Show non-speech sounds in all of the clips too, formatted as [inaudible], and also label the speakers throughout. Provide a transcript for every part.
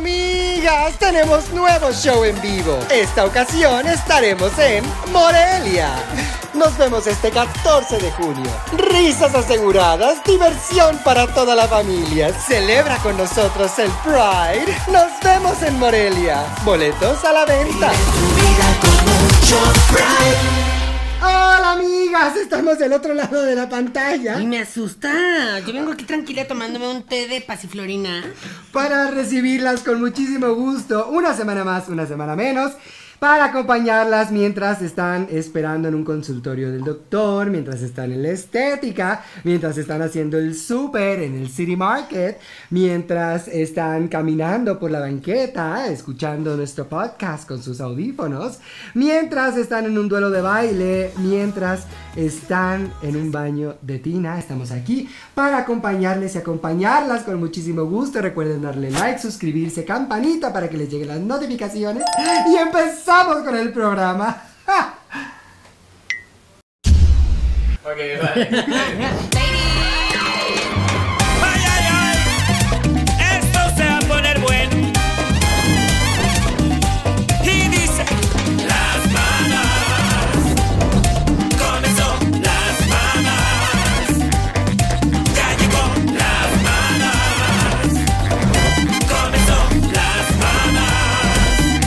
Speaker 1: Amigas, tenemos nuevo show en vivo. Esta ocasión estaremos en Morelia. Nos vemos este 14 de junio. Risas aseguradas, diversión para toda la familia. Celebra con nosotros el Pride. Nos vemos en Morelia. Boletos a la venta. Hola amigas, estamos del otro lado de la pantalla.
Speaker 2: Y me asusta. Yo vengo aquí tranquila tomándome un té de pasiflorina.
Speaker 1: para recibirlas con muchísimo gusto. Una semana más, una semana menos. Para acompañarlas mientras están esperando en un consultorio del doctor, mientras están en la estética, mientras están haciendo el súper en el City Market, mientras están caminando por la banqueta, escuchando nuestro podcast con sus audífonos, mientras están en un duelo de baile, mientras están en un baño de tina. Estamos aquí para acompañarles y acompañarlas con muchísimo gusto. Recuerden darle like, suscribirse, campanita para que les lleguen las notificaciones. Y empezamos con el programa. ¡Ja!
Speaker 3: ¡Ay, ay, ay! Esto se va a poner bueno. Y dice: Las manas. Comenzó las manas. Ya llegó las manas. Comenzó las manas.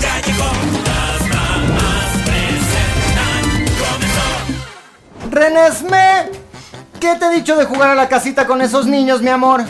Speaker 3: Ya llegó las manas. Presentan. Comenzó.
Speaker 4: Renesme, ¿qué te he dicho de jugar a la casita con esos niños, mi amor?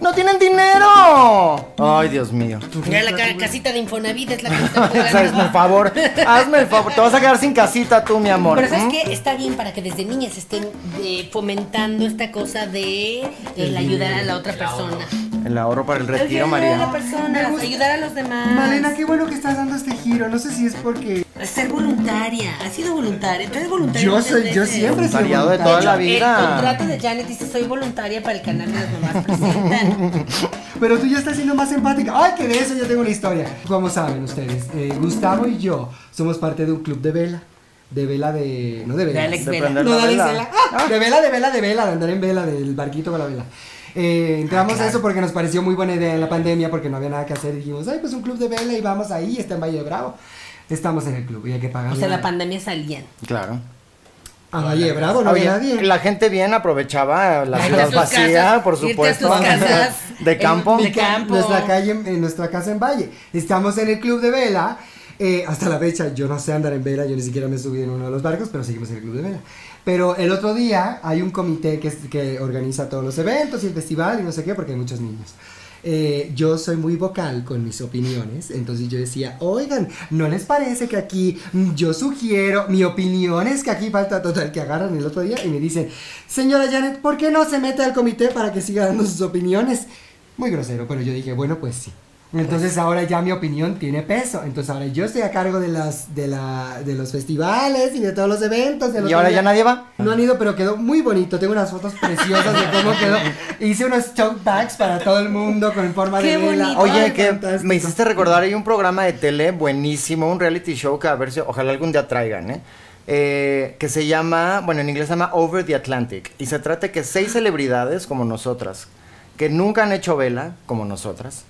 Speaker 4: ¡No tienen dinero! Ay, Dios mío.
Speaker 2: Mira la ca- casita de Infonavit es la
Speaker 1: [laughs]
Speaker 2: que está
Speaker 4: ¿Sabes, por
Speaker 2: jugando.
Speaker 4: favor? Hazme el favor. Te vas a quedar sin casita tú, mi amor.
Speaker 2: Pero ¿sabes
Speaker 4: ¿Mm?
Speaker 2: qué? Está bien para que desde niñas estén eh, fomentando esta cosa de el ayudar a la otra persona.
Speaker 4: El ahorro para el
Speaker 2: Ayudar
Speaker 4: retiro,
Speaker 2: a la
Speaker 4: María.
Speaker 2: persona, ayudar a los demás.
Speaker 1: Malena, qué bueno que estás dando este giro. No sé si es porque
Speaker 2: Ser voluntaria. Has sido voluntaria. Tú eres voluntaria.
Speaker 1: yo
Speaker 2: muchas
Speaker 1: soy, yo
Speaker 2: veces.
Speaker 1: siempre soy
Speaker 4: Voluntariado de toda la
Speaker 1: voluntario.
Speaker 2: El
Speaker 4: vida.
Speaker 2: contrato de Janet dice soy voluntaria para el canal de las
Speaker 1: [laughs]
Speaker 2: mamás presentan.
Speaker 1: Pero tú ya estás siendo más empática. Ay, que de eso yo tengo una historia. Como saben ustedes, eh, Gustavo y yo somos parte de un club de vela. De vela de. No de vela.
Speaker 2: De Alex
Speaker 4: De
Speaker 2: Vela.
Speaker 4: prender
Speaker 1: No,
Speaker 4: la
Speaker 1: dale
Speaker 4: vela.
Speaker 1: vela. Ah, De vela, de vela, de vela, de andar en vela, del barquito con la vela. Eh, entramos
Speaker 2: Ah,
Speaker 1: a eso porque nos pareció muy buena idea en la pandemia, porque no había nada que hacer. Y dijimos, ay, pues un club de vela y vamos ahí, está en Valle de Bravo. Estamos en el club y hay que pagar.
Speaker 2: O sea, la pandemia salían.
Speaker 4: Claro.
Speaker 1: A Valle de Bravo no
Speaker 4: Oye,
Speaker 1: había nadie.
Speaker 4: La gente bien aprovechaba la
Speaker 2: Irte a
Speaker 4: ciudad
Speaker 2: sus casas,
Speaker 4: vacía, por
Speaker 2: irte a
Speaker 4: supuesto.
Speaker 2: sus casas,
Speaker 4: De
Speaker 2: en-
Speaker 4: campo.
Speaker 2: de campo.
Speaker 1: Nuestra calle, en nuestra casa en Valle. Estamos en el club de vela. Eh, hasta la fecha, yo no sé andar en vela, yo ni siquiera me subí en uno de los barcos, pero seguimos en el club de vela. Pero el otro día hay un comité que, es- que organiza todos los eventos y el festival y no sé qué, porque hay muchos niños. Eh, yo soy muy vocal con mis opiniones, entonces yo decía, oigan, ¿no les parece que aquí mm, yo sugiero, mi opinión es que aquí falta total que agarran el otro día y me dicen, señora Janet, ¿por qué no se mete al comité para que siga dando sus opiniones? Muy grosero, pero yo dije, bueno, pues sí. Entonces ahora ya mi opinión tiene peso. Entonces ahora yo estoy a cargo de las de la de los festivales y de todos los eventos. del
Speaker 4: Y
Speaker 1: otro
Speaker 4: ahora
Speaker 1: día.
Speaker 4: ya nadie va.
Speaker 1: No han ido, pero quedó muy bonito. Tengo unas fotos preciosas de cómo
Speaker 4: [laughs]
Speaker 1: quedó. Hice unos tote bags para todo el mundo con forma
Speaker 2: Qué
Speaker 1: de vela.
Speaker 2: bonito.
Speaker 4: Oye,
Speaker 1: Ay,
Speaker 4: que
Speaker 1: fantástico.
Speaker 4: me hiciste recordar, hay un programa de tele buenísimo, un reality show que a ver si, ojalá algún día traigan, ¿eh? Eh, que se llama, bueno, en inglés se llama Over the Atlantic. Y se trata que seis celebridades como nosotras, que nunca han hecho vela como nosotras,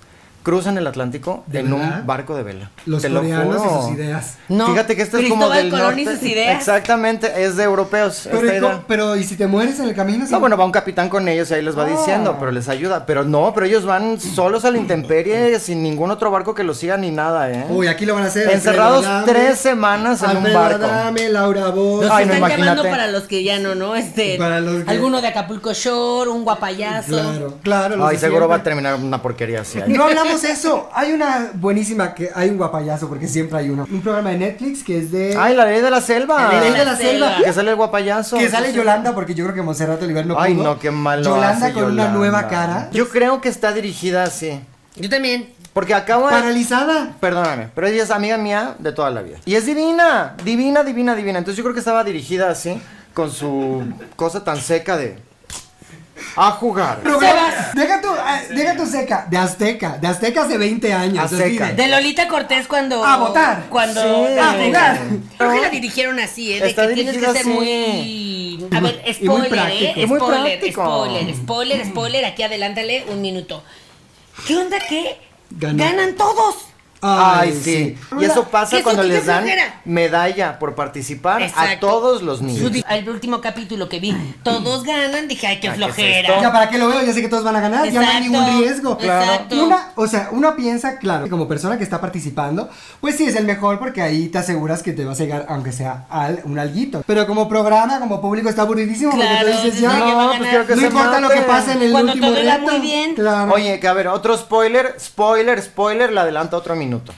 Speaker 4: cruzan el Atlántico
Speaker 1: ¿De
Speaker 4: en
Speaker 1: verdad?
Speaker 4: un barco de vela.
Speaker 1: Los
Speaker 4: lo
Speaker 1: coreanos y
Speaker 4: juro.
Speaker 1: sus ideas.
Speaker 2: No,
Speaker 4: Fíjate que esto es como
Speaker 2: Cristóbal
Speaker 4: del
Speaker 2: Colón y
Speaker 4: norte.
Speaker 2: sus ideas.
Speaker 4: Exactamente, es de europeos.
Speaker 1: Pero,
Speaker 4: esta
Speaker 1: ¿y
Speaker 4: idea.
Speaker 1: cómo- pero, ¿y si te mueres en el camino?
Speaker 4: No, bueno, va un capitán con ellos y ahí les va
Speaker 1: Ah.
Speaker 4: diciendo, pero les ayuda. Pero no, pero ellos van solos a la intemperie sin ningún otro barco que los siga ni nada, ¿eh?
Speaker 1: Uy, aquí lo van a hacer.
Speaker 4: Encerrados
Speaker 1: Alfredo Adame,
Speaker 4: tres semanas en un
Speaker 1: Alfredo
Speaker 4: barco.
Speaker 1: Adame, Laura Bozo.
Speaker 2: Los
Speaker 4: Ay, no,
Speaker 2: están llamando
Speaker 4: imagínate.
Speaker 2: para los que ya no, ¿no? Este,
Speaker 1: Para los que-
Speaker 2: Alguno de Acapulco Shore, un guapayazo.
Speaker 1: Claro, claro. los
Speaker 4: Ay,
Speaker 1: de
Speaker 4: seguro va a
Speaker 1: siempre.
Speaker 4: terminar una porquería [laughs] así. ahí.
Speaker 1: No hablamos de eso. Hay una buenísima que hay un guapayazo porque siempre hay uno. Un programa de Netflix que es de
Speaker 4: Ay, la ley de la selva.
Speaker 1: La ley de
Speaker 2: la
Speaker 1: la
Speaker 2: selva.
Speaker 1: selva.
Speaker 4: Que sale el guapayazo.
Speaker 1: Que sale Yolanda porque yo creo que Monserrat Oliver no
Speaker 4: Ay,
Speaker 1: pudo.
Speaker 4: no, qué malo.
Speaker 1: Yolanda
Speaker 4: hace
Speaker 1: con una
Speaker 4: Yolanda.
Speaker 1: nueva cara.
Speaker 4: Yo creo que está dirigida así.
Speaker 2: Yo también.
Speaker 4: Porque acaba.
Speaker 1: Paralizada.
Speaker 4: Perdóname, pero ella es amiga mía de toda la vida. Y es divina, divina, divina, divina. Entonces yo creo que estaba dirigida así, con su cosa tan seca de... A jugar.
Speaker 1: Programa- Deja tu, ah, deja tu seca. De Azteca. De Azteca hace 20 años.
Speaker 4: Azteca.
Speaker 1: olvídate.
Speaker 2: De Lolita Cortés cuando...
Speaker 1: A votar.
Speaker 2: Cuando...
Speaker 4: Sí.
Speaker 2: Ah,
Speaker 4: A
Speaker 1: jugar.
Speaker 2: Creo que la dirigieron así, ¿eh? De
Speaker 4: Está
Speaker 2: que tienes que
Speaker 4: dirigida
Speaker 2: ser
Speaker 4: así.
Speaker 2: muy... A ver,
Speaker 1: Y muy
Speaker 2: spoiler,
Speaker 1: práctico.
Speaker 2: ¿eh?
Speaker 4: Muy
Speaker 2: Spoiler,
Speaker 4: práctico.
Speaker 2: spoiler, spoiler, spoiler. Aquí adelántale un minuto. ¿Qué onda qué?
Speaker 1: Ganó.
Speaker 2: Ganan todos.
Speaker 4: Ay, sí. Y eso pasa
Speaker 2: Eso,
Speaker 4: cuando
Speaker 2: qué
Speaker 4: les dan
Speaker 2: flojera.
Speaker 4: medalla por participar a
Speaker 2: Exacto.
Speaker 4: todos los
Speaker 2: Su
Speaker 4: niños.
Speaker 2: di- El último capítulo que vi, todos ganan, dije, ay, qué
Speaker 4: Ay, ¿qué es
Speaker 2: flojera.
Speaker 4: esto?
Speaker 1: Ya, ¿para qué lo veo? Ya sé que todos van a ganar, ya no hay
Speaker 2: Exacto,
Speaker 1: ningún riesgo.
Speaker 2: Claro. exacto.
Speaker 1: Una, o sea, uno piensa, claro, que como persona que está participando, pues sí es el mejor porque ahí te aseguras que te vas a llegar, aunque sea al, un alguito. Pero como programa, como público, está aburridísimo
Speaker 2: Claro,
Speaker 1: porque tú dices,
Speaker 2: dices,
Speaker 1: ya,
Speaker 2: no, que va a
Speaker 1: no,
Speaker 2: ganar.
Speaker 4: pues quiero que
Speaker 1: no
Speaker 4: se
Speaker 1: importa lo que
Speaker 4: maten.
Speaker 1: pase en el
Speaker 2: Cuando
Speaker 1: último
Speaker 2: todo era
Speaker 1: reto.
Speaker 2: muy bien.
Speaker 1: Claro.
Speaker 4: Oye, que a ver, otro spoiler, spoiler, spoiler, la adelanta otro minuto.
Speaker 2: [laughs]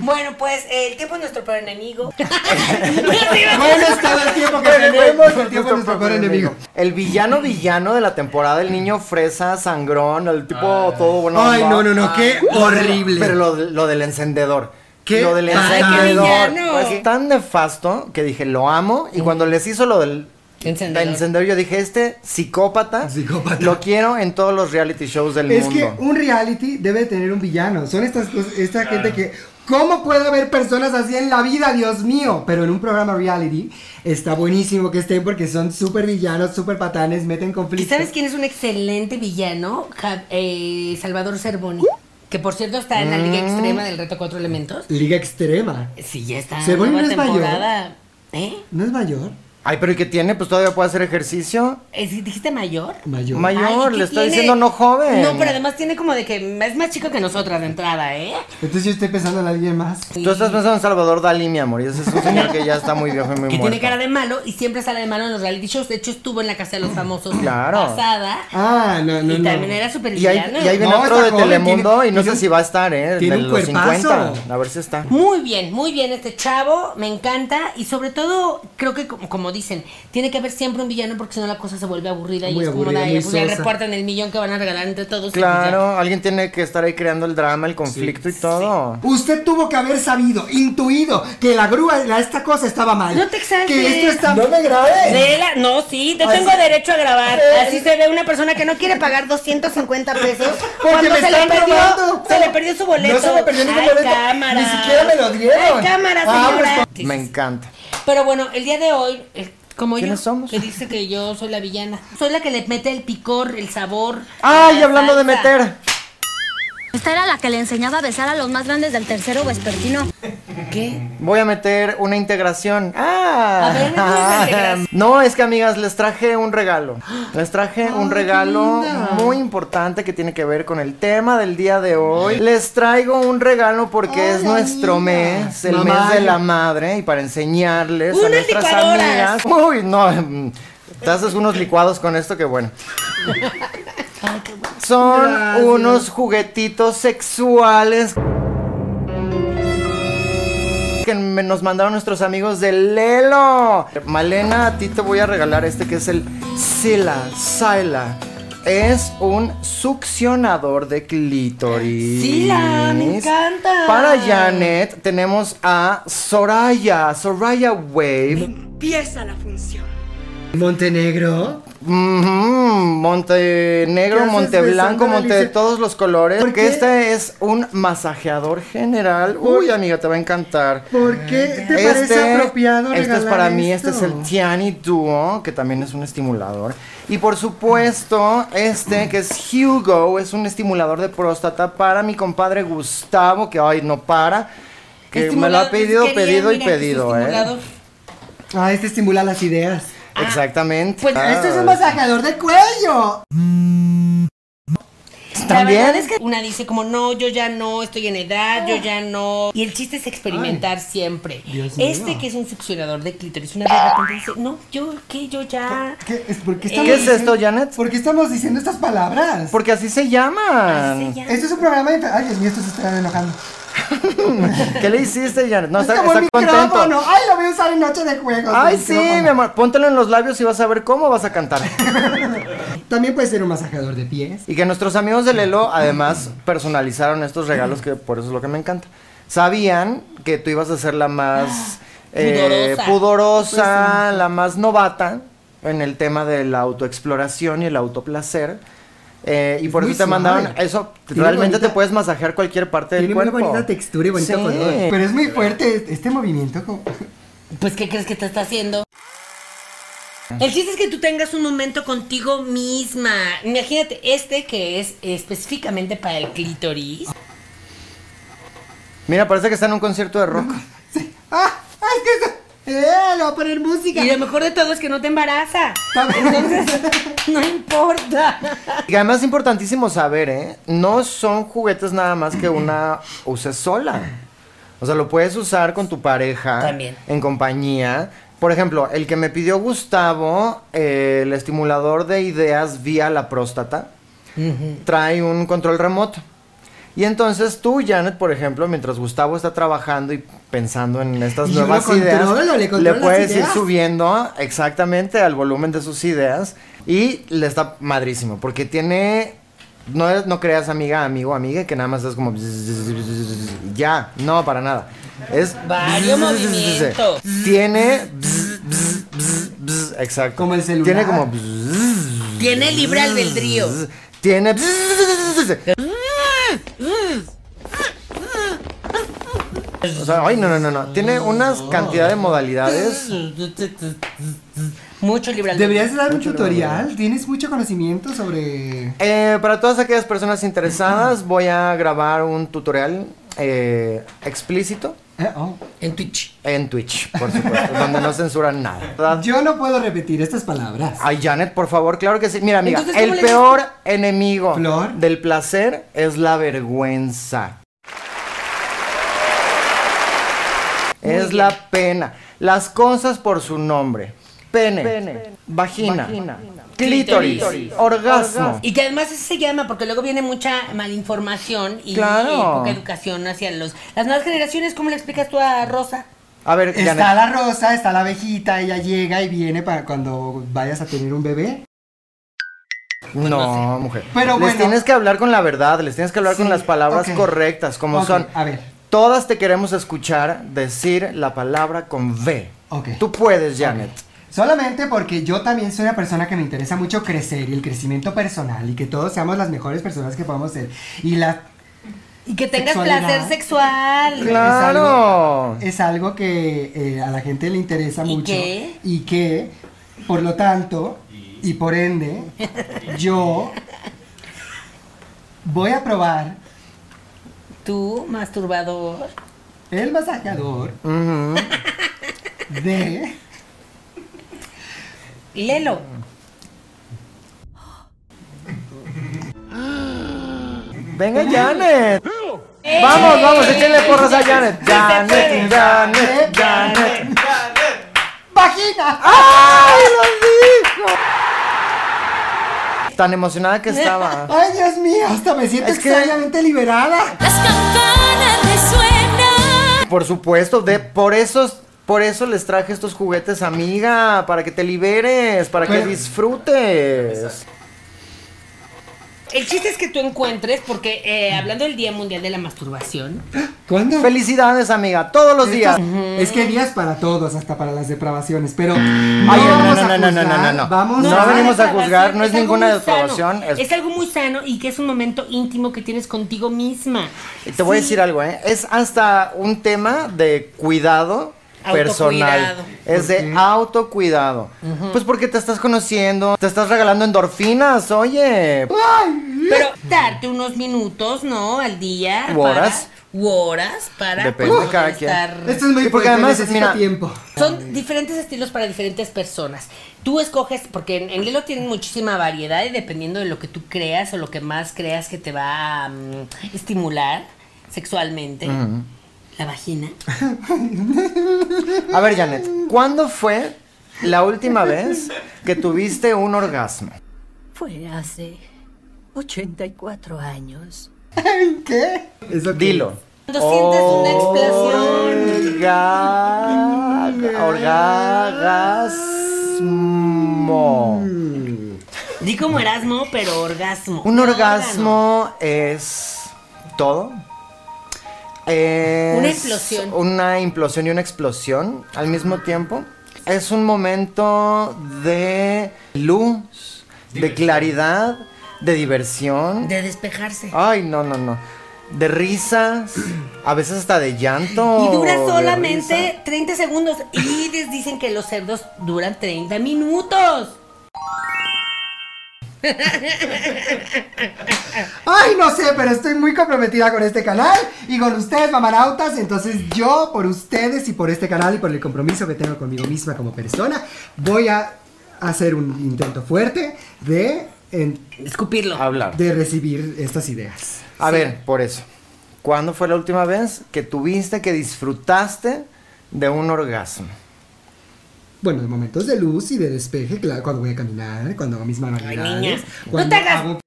Speaker 5: Bueno, pues eh, el tiempo es nuestro peor enemigo.
Speaker 1: bueno, es todo el tiempo
Speaker 4: [laughs]
Speaker 1: que tenemos, el tiempo es nuestro peor enemigo.
Speaker 4: El villano villano de la temporada, el niño fresa, sangrón, el tipo todo bueno. ah,
Speaker 1: Ay, no, no, no, qué horrible.
Speaker 4: Pero lo, lo del encendedor.
Speaker 1: ¿Qué
Speaker 4: Lo del
Speaker 1: pasa?
Speaker 4: encendedor.
Speaker 2: Ay, qué villano.
Speaker 4: Pues, tan nefasto que dije, lo amo. Y cuando les hizo lo del
Speaker 2: Encendedor.
Speaker 4: del encendedor, yo dije, este psicópata,
Speaker 1: Psicópata.
Speaker 4: lo quiero en todos los reality shows del
Speaker 1: Es que
Speaker 4: mundo.
Speaker 1: un reality debe tener un villano. Son estas cosas, esta gente que. ¿Cómo puede haber personas así en la vida, Dios mío? Pero en un programa reality está buenísimo que estén porque son súper villanos, súper patanes, meten
Speaker 2: ¿Y
Speaker 1: conflictos.
Speaker 2: sabes quién es un excelente villano? Ja- eh, Salvador Cervoni. Que por cierto está en la liga extrema del reto Cuatro Elementos.
Speaker 1: Liga Extrema.
Speaker 2: Sí, ya está.
Speaker 1: Cervoni
Speaker 2: nueva
Speaker 1: no es mayor.
Speaker 2: temporada. ¿Eh?
Speaker 1: ¿No es mayor?
Speaker 4: Ay, pero ¿y qué tiene? Pues todavía puede hacer ejercicio.
Speaker 2: Eh, sí, ¿Dijiste mayor?
Speaker 1: Mayor.
Speaker 4: May- Mayor,
Speaker 2: ¿y qué
Speaker 4: le está diciendo no joven.
Speaker 2: No, pero además tiene como de que es más chico que nosotras de entrada, ¿eh?
Speaker 1: Entonces yo estoy pensando en alguien más.
Speaker 4: Tú estás pensando en Salvador Dalí, mi amor. Y ese es un señor que ya está muy viejo y muy
Speaker 2: Que
Speaker 4: muerto.
Speaker 2: tiene cara de malo y siempre sale de malo en los reality shows. De hecho, estuvo en la casa de los famosos
Speaker 4: Claro.
Speaker 2: pasada.
Speaker 1: Ah, no, no,
Speaker 2: y
Speaker 1: no.
Speaker 2: también era súper
Speaker 4: Y ahí,
Speaker 2: villano.
Speaker 4: y ahí viene
Speaker 1: No,
Speaker 4: otro
Speaker 1: está
Speaker 4: de
Speaker 1: joven,
Speaker 4: Telemundo
Speaker 1: tiene-
Speaker 4: y no
Speaker 1: tiene-
Speaker 4: sé si va a estar, ¿eh?
Speaker 1: tiene
Speaker 4: de
Speaker 1: un
Speaker 4: los
Speaker 1: cuerpazo.
Speaker 4: 50. A ver si está.
Speaker 2: Muy bien, muy bien este chavo, me encanta y sobre todo creo que como, como dicen, tiene que haber siempre un villano porque si no la cosa se vuelve aburrida
Speaker 1: Muy
Speaker 2: y es como
Speaker 1: aburrida,
Speaker 2: la
Speaker 1: muy
Speaker 2: pues ya
Speaker 1: sosa.
Speaker 2: reparten el millón que van a regalar entre todos. y pues
Speaker 4: Claro, alguien tiene que estar ahí creando el drama, el conflicto y todo.
Speaker 1: Usted tuvo que haber sabido, intuido, que la grúa, la- esta cosa estaba mal.
Speaker 2: No te exaltes.
Speaker 1: Que esto está... No me grabes.
Speaker 2: ya. De la- no, sí, te
Speaker 1: Pues
Speaker 2: tengo derecho a
Speaker 1: [laughs]
Speaker 2: grabar. Así se ve una persona que no quiere pagar 250 pesos
Speaker 1: [laughs] Porque
Speaker 2: cuando
Speaker 1: me
Speaker 2: se le
Speaker 1: están
Speaker 2: perdió,
Speaker 1: robando.
Speaker 2: se le perdió su boleto.
Speaker 1: No se me perdió ningún
Speaker 2: Ay,
Speaker 1: boleto.
Speaker 2: cámara.
Speaker 1: Ni siquiera me lo dieron.
Speaker 2: Ay, cámara,
Speaker 1: Ah,
Speaker 2: señora.
Speaker 1: pues,
Speaker 2: Sí, sí,
Speaker 4: Me
Speaker 2: sí.
Speaker 4: encanta.
Speaker 2: Pero bueno, el día de hoy, eh, como yo,
Speaker 4: ¿Quiénes somos?
Speaker 2: que dice que yo soy la villana, soy la que le mete el picor, el sabor.
Speaker 4: ¡Ay,
Speaker 1: Ah,
Speaker 2: la
Speaker 4: hablando de
Speaker 2: salsa.
Speaker 4: meter!
Speaker 6: Esta era la que le enseñaba a besar a los más grandes del tercero vespertino.
Speaker 2: ¿Qué?
Speaker 4: Voy a meter una integración.
Speaker 2: A ver, ¿qué es la
Speaker 4: ¡Ah!
Speaker 2: integración?
Speaker 4: [laughs] no, es que amigas, les traje un regalo. Les traje un regalo muy importante que tiene que ver con el tema del día de hoy. Les traigo un regalo porque es nuestro mes, el
Speaker 1: Mamá,
Speaker 4: mes de
Speaker 1: yo-
Speaker 4: la madre, y para enseñarles a
Speaker 2: Unas
Speaker 4: nuestras
Speaker 2: licuadoras.
Speaker 4: amigas. Uy, no. mm, Te haces unos licuados con esto, que bueno. Son
Speaker 1: Gracias.
Speaker 4: unos juguetitos sexuales que me- nos mandaron nuestros amigos de Lelo. Malena, a ti te voy a regalar este que es el Sila Sila. Es un succionador de clítoris.
Speaker 2: Sila, me encanta.
Speaker 4: Para Janet tenemos a Soraya, Soraya Wave.
Speaker 5: Empieza la función.
Speaker 1: Montenegro.
Speaker 4: Ujú,
Speaker 1: ¿Qué
Speaker 4: Montenegro,
Speaker 1: haces
Speaker 4: Monte Blanco,
Speaker 1: besando a
Speaker 4: Monte de
Speaker 1: Alicia?
Speaker 4: todos los colores.
Speaker 1: ¿Por
Speaker 4: Porque
Speaker 1: qué?
Speaker 4: este es un masajeador general. Uy, amiga, te va a encantar.
Speaker 1: ¿Por qué te parece apropiado
Speaker 4: Este es
Speaker 1: regalar
Speaker 4: para mí,
Speaker 1: esto?
Speaker 4: este es el Tiani Duo, que también es un estimulador. Y por supuesto, este que es Hugo, es un estimulador de próstata para mi compadre Gustavo, que ay, no para. Que me lo ha
Speaker 2: Estimulador, pues,
Speaker 4: pedido,
Speaker 2: quería,
Speaker 4: pedido y
Speaker 2: mira,
Speaker 4: pedido,
Speaker 2: es
Speaker 4: ¿eh?
Speaker 2: estimulador. Ah,
Speaker 1: Ah, este estimula las ideas.
Speaker 4: Exactamente.
Speaker 2: Pues,
Speaker 4: Ah,
Speaker 1: Este es un masajeador de cuello.
Speaker 2: La
Speaker 4: También.
Speaker 2: verdad es que una dice como, no, yo ya no, estoy en edad, yo ya no. Y el chiste es experimentar siempre.
Speaker 1: Dios mío.
Speaker 2: este que es un succionador de clítoris, una vez de repente dice, no, yo, ¿qué? Yo ya.
Speaker 1: ¿Qué, es, por qué
Speaker 2: ¿Qué
Speaker 1: estamos
Speaker 4: ¿Qué es
Speaker 1: diciendo-
Speaker 4: esto, Janet?
Speaker 1: ¿Por qué estamos diciendo estas palabras?
Speaker 4: Porque así se llaman.
Speaker 2: Ya.
Speaker 1: Esto es un programa de... Ay, Dios mío, estos se están enojando.
Speaker 4: ¿Qué le hiciste, Janet? No,
Speaker 1: Es
Speaker 4: está,
Speaker 1: como
Speaker 4: está
Speaker 1: el
Speaker 4: contento.
Speaker 1: micrófono. Ay, lo voy a usar en noche de juegos.
Speaker 4: Ay,
Speaker 1: el
Speaker 4: sí,
Speaker 1: micrófono.
Speaker 4: mi amor. Póntelo en los labios y vas a ver cómo vas a cantar.
Speaker 1: También puede ser un masajeador de pies.
Speaker 4: Y que nuestros amigos de Lelo además personalizaron estos regalos, que por eso es lo que me encanta. Sabían que tú ibas a ser la más eh,
Speaker 2: pudorosa.
Speaker 4: pudorosa, la más novata en el tema de la autoexploración y el autoplacer. Eh, y por
Speaker 1: muy
Speaker 4: eso te
Speaker 1: suave.
Speaker 4: mandaron eso.
Speaker 1: Tiene
Speaker 4: realmente
Speaker 1: bonita-
Speaker 4: te puedes masajear cualquier parte del
Speaker 1: Tiene una
Speaker 4: cuerpo.
Speaker 1: bonita textura y bonito
Speaker 4: Sí.
Speaker 1: color. Pero es muy fuerte este- este movimiento. como- [laughs]
Speaker 2: Pues, ¿qué crees que te está haciendo? El chiste es que tú tengas un momento contigo misma. Imagínate, este que es específicamente para el clítoris.
Speaker 4: Mira, parece que está en un concierto
Speaker 1: [laughs]
Speaker 4: de rock.
Speaker 1: ¡Ah! ¡Ah! Es que eso- ¡Eh! Le voy a poner música.
Speaker 2: Y lo mejor de todo es que no te embaraza. [laughs]
Speaker 1: Está bien.
Speaker 2: Entonces, no importa.
Speaker 4: Y además es importantísimo saber, ¿eh? No son juguetes nada más que una use sola. O sea, lo puedes usar con tu pareja.
Speaker 2: También.
Speaker 4: En compañía. Por ejemplo, el que me pidió Gustavo, eh, el estimulador de ideas vía la próstata, trae un control remoto. Y entonces tú, Janet, por ejemplo, mientras Gustavo está trabajando y pensando en estas
Speaker 1: Y yo
Speaker 4: nuevas
Speaker 1: lo
Speaker 4: ideas,
Speaker 1: controlo, le controlo
Speaker 4: le
Speaker 1: las
Speaker 4: puedes ir
Speaker 1: ideas.
Speaker 4: subiendo subiendo exactamente al volumen de sus ideas y le está madrísimo porque tiene no es- no creas amiga amigo amiga que nada más es como ya no para nada es
Speaker 2: Vario movimiento.
Speaker 4: tiene exacto
Speaker 1: Como el celular.
Speaker 4: tiene como
Speaker 2: Tiene libre albedrío.
Speaker 4: tiene o sea, ay, no, no, no, no. Tiene una cantidad de modalidades.
Speaker 2: Mucho libre albedrío.
Speaker 1: Deberías dar un tutorial. Tienes mucho conocimiento sobre.
Speaker 4: Eh, para todas aquellas personas interesadas, voy a grabar un tutorial eh, explícito
Speaker 1: Eh, oh.
Speaker 2: En Twitch.
Speaker 4: en Twitch, por supuesto, donde no censuran nada. ¿verdad?
Speaker 1: Yo no puedo repetir estas palabras.
Speaker 4: Ay, Janet, por favor, claro que sí. Mira, amiga,
Speaker 2: Entonces, ¿cómo
Speaker 4: el
Speaker 2: le dices
Speaker 4: peor enemigo
Speaker 1: Flor?
Speaker 4: del placer es la vergüenza. es la pena. Las cosas por su nombre. Pene, vagina, clítoris,
Speaker 2: Clítoris.
Speaker 4: orgasmo.
Speaker 2: Y que además ese se llama, porque luego viene mucha malinformación y,
Speaker 4: Claro.
Speaker 2: y poca educación hacia los, las nuevas generaciones. ¿Cómo le explicas tú a Rosa?
Speaker 4: A ver,
Speaker 1: Está
Speaker 4: Janet.
Speaker 1: la rosa, está la abejita, ella llega y viene para cuando vayas a tener un bebé.
Speaker 4: No, mujer.
Speaker 1: Pero
Speaker 4: les
Speaker 1: bueno.
Speaker 4: tienes que hablar con la verdad, les tienes que hablar con
Speaker 1: Sí,
Speaker 4: las palabras
Speaker 1: ok.
Speaker 4: correctas, como
Speaker 1: Ok,
Speaker 4: son.
Speaker 1: a ver.
Speaker 4: Todas te queremos escuchar decir la palabra con V.
Speaker 1: Ok.
Speaker 4: Tú puedes, Janet.
Speaker 1: Solamente porque yo también soy una persona que me interesa mucho crecer y el crecimiento personal y que todos seamos las mejores personas que podamos ser. Y la
Speaker 2: Y que tengas
Speaker 1: Sexualidad.
Speaker 2: placer sexual.
Speaker 1: Claro.
Speaker 4: Claro.
Speaker 1: es algo que eh, a la gente le interesa
Speaker 2: ¿Y
Speaker 1: mucho.
Speaker 2: qué?
Speaker 1: Y que, por lo tanto, y por
Speaker 2: [laughs]
Speaker 1: ende, yo voy a probar
Speaker 2: Tú, masturbador.
Speaker 1: el masajeador
Speaker 4: Ujú.
Speaker 1: de
Speaker 2: Lelo.
Speaker 1: [laughs]
Speaker 4: Venga, Janet. Vamos, vamos, échenle porras a Janet. Janet, Janet, Janet.
Speaker 1: vagina.
Speaker 4: Ah. ¡Ay, lo dijo! Tan emocionada que estaba.
Speaker 1: [laughs] Ay, Dios mío, hasta me siento
Speaker 4: Es que-
Speaker 1: extrañamente liberada.
Speaker 7: Las campanas resuenan.
Speaker 4: Por supuesto, de por esos por eso les traje estos juguetes, amiga, para que te liberes, para que
Speaker 1: Pero-
Speaker 4: disfrutes.
Speaker 2: El chiste es que tú encuentres, porque eh, hablando del Día Mundial de la Masturbación,
Speaker 1: ¿Cuándo?
Speaker 4: Felicidades, amiga, todos los días.
Speaker 1: Es que días para todos, hasta para las depravaciones, pero no,
Speaker 4: Ay, no, no,
Speaker 1: vamos
Speaker 4: no,
Speaker 1: a
Speaker 4: no, no, no,
Speaker 1: juzgar,
Speaker 4: no.
Speaker 1: Vamos
Speaker 4: No
Speaker 1: a-
Speaker 2: pues,
Speaker 4: venimos a
Speaker 2: depravación,
Speaker 4: juzgar, no es
Speaker 2: algo
Speaker 4: ninguna
Speaker 2: muy sano.
Speaker 4: depravación, es-
Speaker 2: Es... algo muy sano y que es un momento íntimo que tienes contigo misma.
Speaker 4: Y Te voy a decir algo, ¿eh? Es hasta un tema de cuidado personal.
Speaker 2: Autocuidado.
Speaker 4: Es de autocuidado. Pues porque te estás conociendo, te estás regalando endorfinas, oye.
Speaker 2: Pero darte unos minutos, ¿no? Al día.
Speaker 4: U horas.
Speaker 2: para- u horas para
Speaker 4: Depende
Speaker 2: poder
Speaker 4: de cada quien.
Speaker 2: estar-
Speaker 1: Esto es muy
Speaker 4: Sí, porque
Speaker 1: fuerte,
Speaker 4: además,
Speaker 1: necesito
Speaker 4: mira,
Speaker 1: tiempo.
Speaker 2: Son diferentes estilos para diferentes personas. Tú escoges, porque en, en Lelo tienen muchísima variedad y dependiendo de lo que tú creas o lo que más creas que te va a mm, estimular sexualmente, la vagina.
Speaker 4: A ver, Janet, ¿cuándo fue la última vez que tuviste un orgasmo?
Speaker 7: Fue hace 84 años.
Speaker 1: ¿Qué? Eso que-
Speaker 4: Dilo.
Speaker 2: Cuando sientes una
Speaker 4: Oh.
Speaker 2: explosión.
Speaker 4: Orga- Orgasmo.
Speaker 2: Di como Erasmo, pero orgasmo.
Speaker 4: Un
Speaker 2: No,
Speaker 4: orgasmo es todo. Es
Speaker 2: Una explosión.
Speaker 4: Una implosión y una explosión al mismo tiempo. Es un momento de luz, de claridad, de diversión.
Speaker 2: De despejarse.
Speaker 4: Ay, no, no, no. de risas, a veces hasta de llanto.
Speaker 2: Y dura
Speaker 4: de
Speaker 2: solamente
Speaker 4: Oh, risa.
Speaker 2: 30 segundos. Y les dicen que los cerdos duran 30 minutos.
Speaker 1: Ay, no sé, pero estoy muy comprometida con este canal y con ustedes, mamarautas. Entonces yo, por ustedes y por este canal y por el compromiso que tengo conmigo misma como persona, voy a hacer un intento fuerte de, en-
Speaker 2: Escupirlo.
Speaker 4: Hablar.
Speaker 1: de recibir estas ideas.
Speaker 4: A ver, por eso. ¿Cuándo fue la última vez que tuviste, que disfrutaste de un orgasmo?
Speaker 1: Bueno, de momentos de luz y de despeje, claro, cuando voy a caminar, cuando hago mis manualidades.
Speaker 2: niña, no
Speaker 1: cuando
Speaker 2: te hagas-
Speaker 1: hago-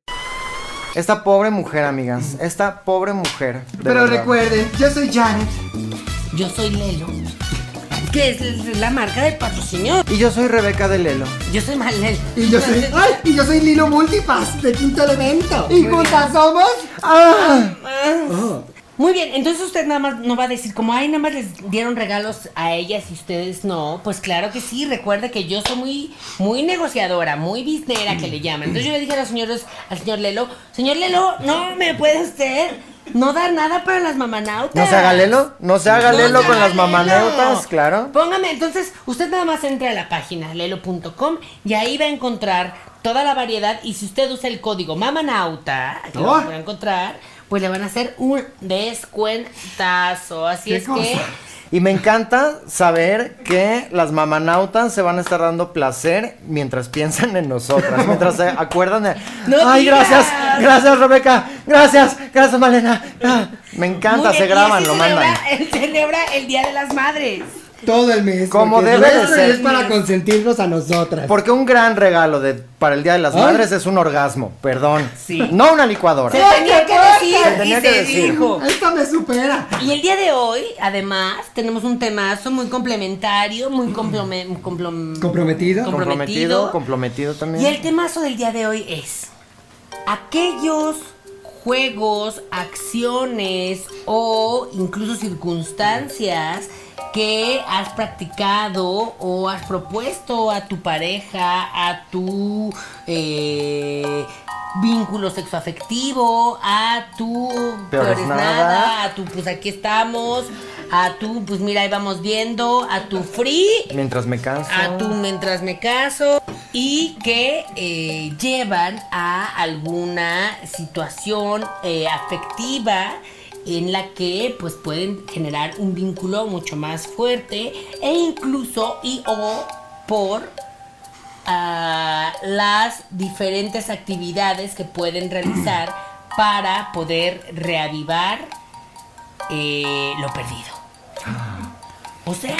Speaker 4: Esta pobre mujer, amigas. Esta pobre mujer. de
Speaker 1: Pero
Speaker 4: verdad.
Speaker 1: recuerden, yo soy Janet.
Speaker 2: Yo soy Lelo, que es la marca de patrocinio.
Speaker 4: Y yo soy Rebeca de Lelo.
Speaker 2: Yo soy Malel.
Speaker 1: Y yo soy. ¡Ay! Y yo soy Lilo Multipass de quinto elemento. Y juntas somos.
Speaker 4: ¡Ah!
Speaker 1: Oh.
Speaker 2: Muy bien, entonces usted nada más no va a decir como, ay, nada más les dieron regalos a ellas y ustedes no. Pues claro que sí, recuerde que yo soy muy, muy negociadora, muy biznera que le llaman. Entonces yo le dije a los señores, al señor Lelo, señor Lelo, no me puede usted no dar nada para las mamanautas.
Speaker 4: ¿No se haga Lelo? ¿No se haga
Speaker 2: No
Speaker 4: Lelo
Speaker 2: se
Speaker 4: Ah, con
Speaker 2: haga
Speaker 4: las mamanautas?
Speaker 2: Lelo.
Speaker 4: Claro.
Speaker 2: Póngame, entonces, usted nada más entra a la página lelo.com y ahí va a encontrar toda la variedad. Y si usted usa el código mamanauta, que
Speaker 1: Oh.
Speaker 2: lo podrá encontrar, pues le van a hacer un descuentazo. Así
Speaker 1: ¿Qué
Speaker 2: es
Speaker 1: cosa?
Speaker 2: que.
Speaker 4: Y me encanta saber que las mamanautas se van a estar dando placer mientras piensan en nosotras, mientras
Speaker 2: [laughs]
Speaker 4: se acuerdan de...
Speaker 2: ¡No
Speaker 4: ¡Ay,
Speaker 2: digas!
Speaker 4: gracias! ¡Gracias, Rebeca! ¡Gracias! ¡Gracias, Malena! Ah, Me encanta,
Speaker 2: Muy bien,
Speaker 4: se graban,
Speaker 2: y así
Speaker 4: lo
Speaker 2: celebra- eh,
Speaker 4: mandan.
Speaker 2: Celebra el Día de las Madres.
Speaker 1: Todo el mes.
Speaker 4: Como
Speaker 1: porque
Speaker 4: debe de
Speaker 1: nuestro
Speaker 4: ser.
Speaker 1: Es para consentirnos a nosotras.
Speaker 4: Porque un gran regalo de, para el Día de las
Speaker 1: Ay.
Speaker 4: Madres es un orgasmo, perdón.
Speaker 2: Sí.
Speaker 4: No una
Speaker 2: Se
Speaker 4: licuadora.
Speaker 1: Ay,
Speaker 2: tenía
Speaker 1: qué
Speaker 2: que
Speaker 1: cosa.
Speaker 2: decir
Speaker 4: Se tenía
Speaker 2: y
Speaker 4: que
Speaker 2: se
Speaker 4: decir.
Speaker 2: dijo.
Speaker 1: Esta me supera.
Speaker 2: Y el día de hoy, además, tenemos un temazo muy complementario, muy complome- complom-
Speaker 1: Comprometido.
Speaker 4: Comprometido, comprometido también.
Speaker 2: Y el temazo del día de hoy es aquellos juegos, acciones o incluso circunstancias que has practicado o has propuesto a tu pareja, a tu eh, vínculo sexoafectivo, a tu
Speaker 4: Peor es
Speaker 2: peor es
Speaker 4: nada.
Speaker 2: a tu pues aquí estamos, a tu pues mira ahí vamos viendo, a tu free
Speaker 4: Mientras me canso.
Speaker 2: a tú mientras me caso y que eh, llevan a alguna situación eh, afectiva en la que pues pueden generar un vínculo mucho más fuerte e incluso y o por ah, las diferentes actividades que pueden realizar para poder reavivar eh, lo perdido. O sea,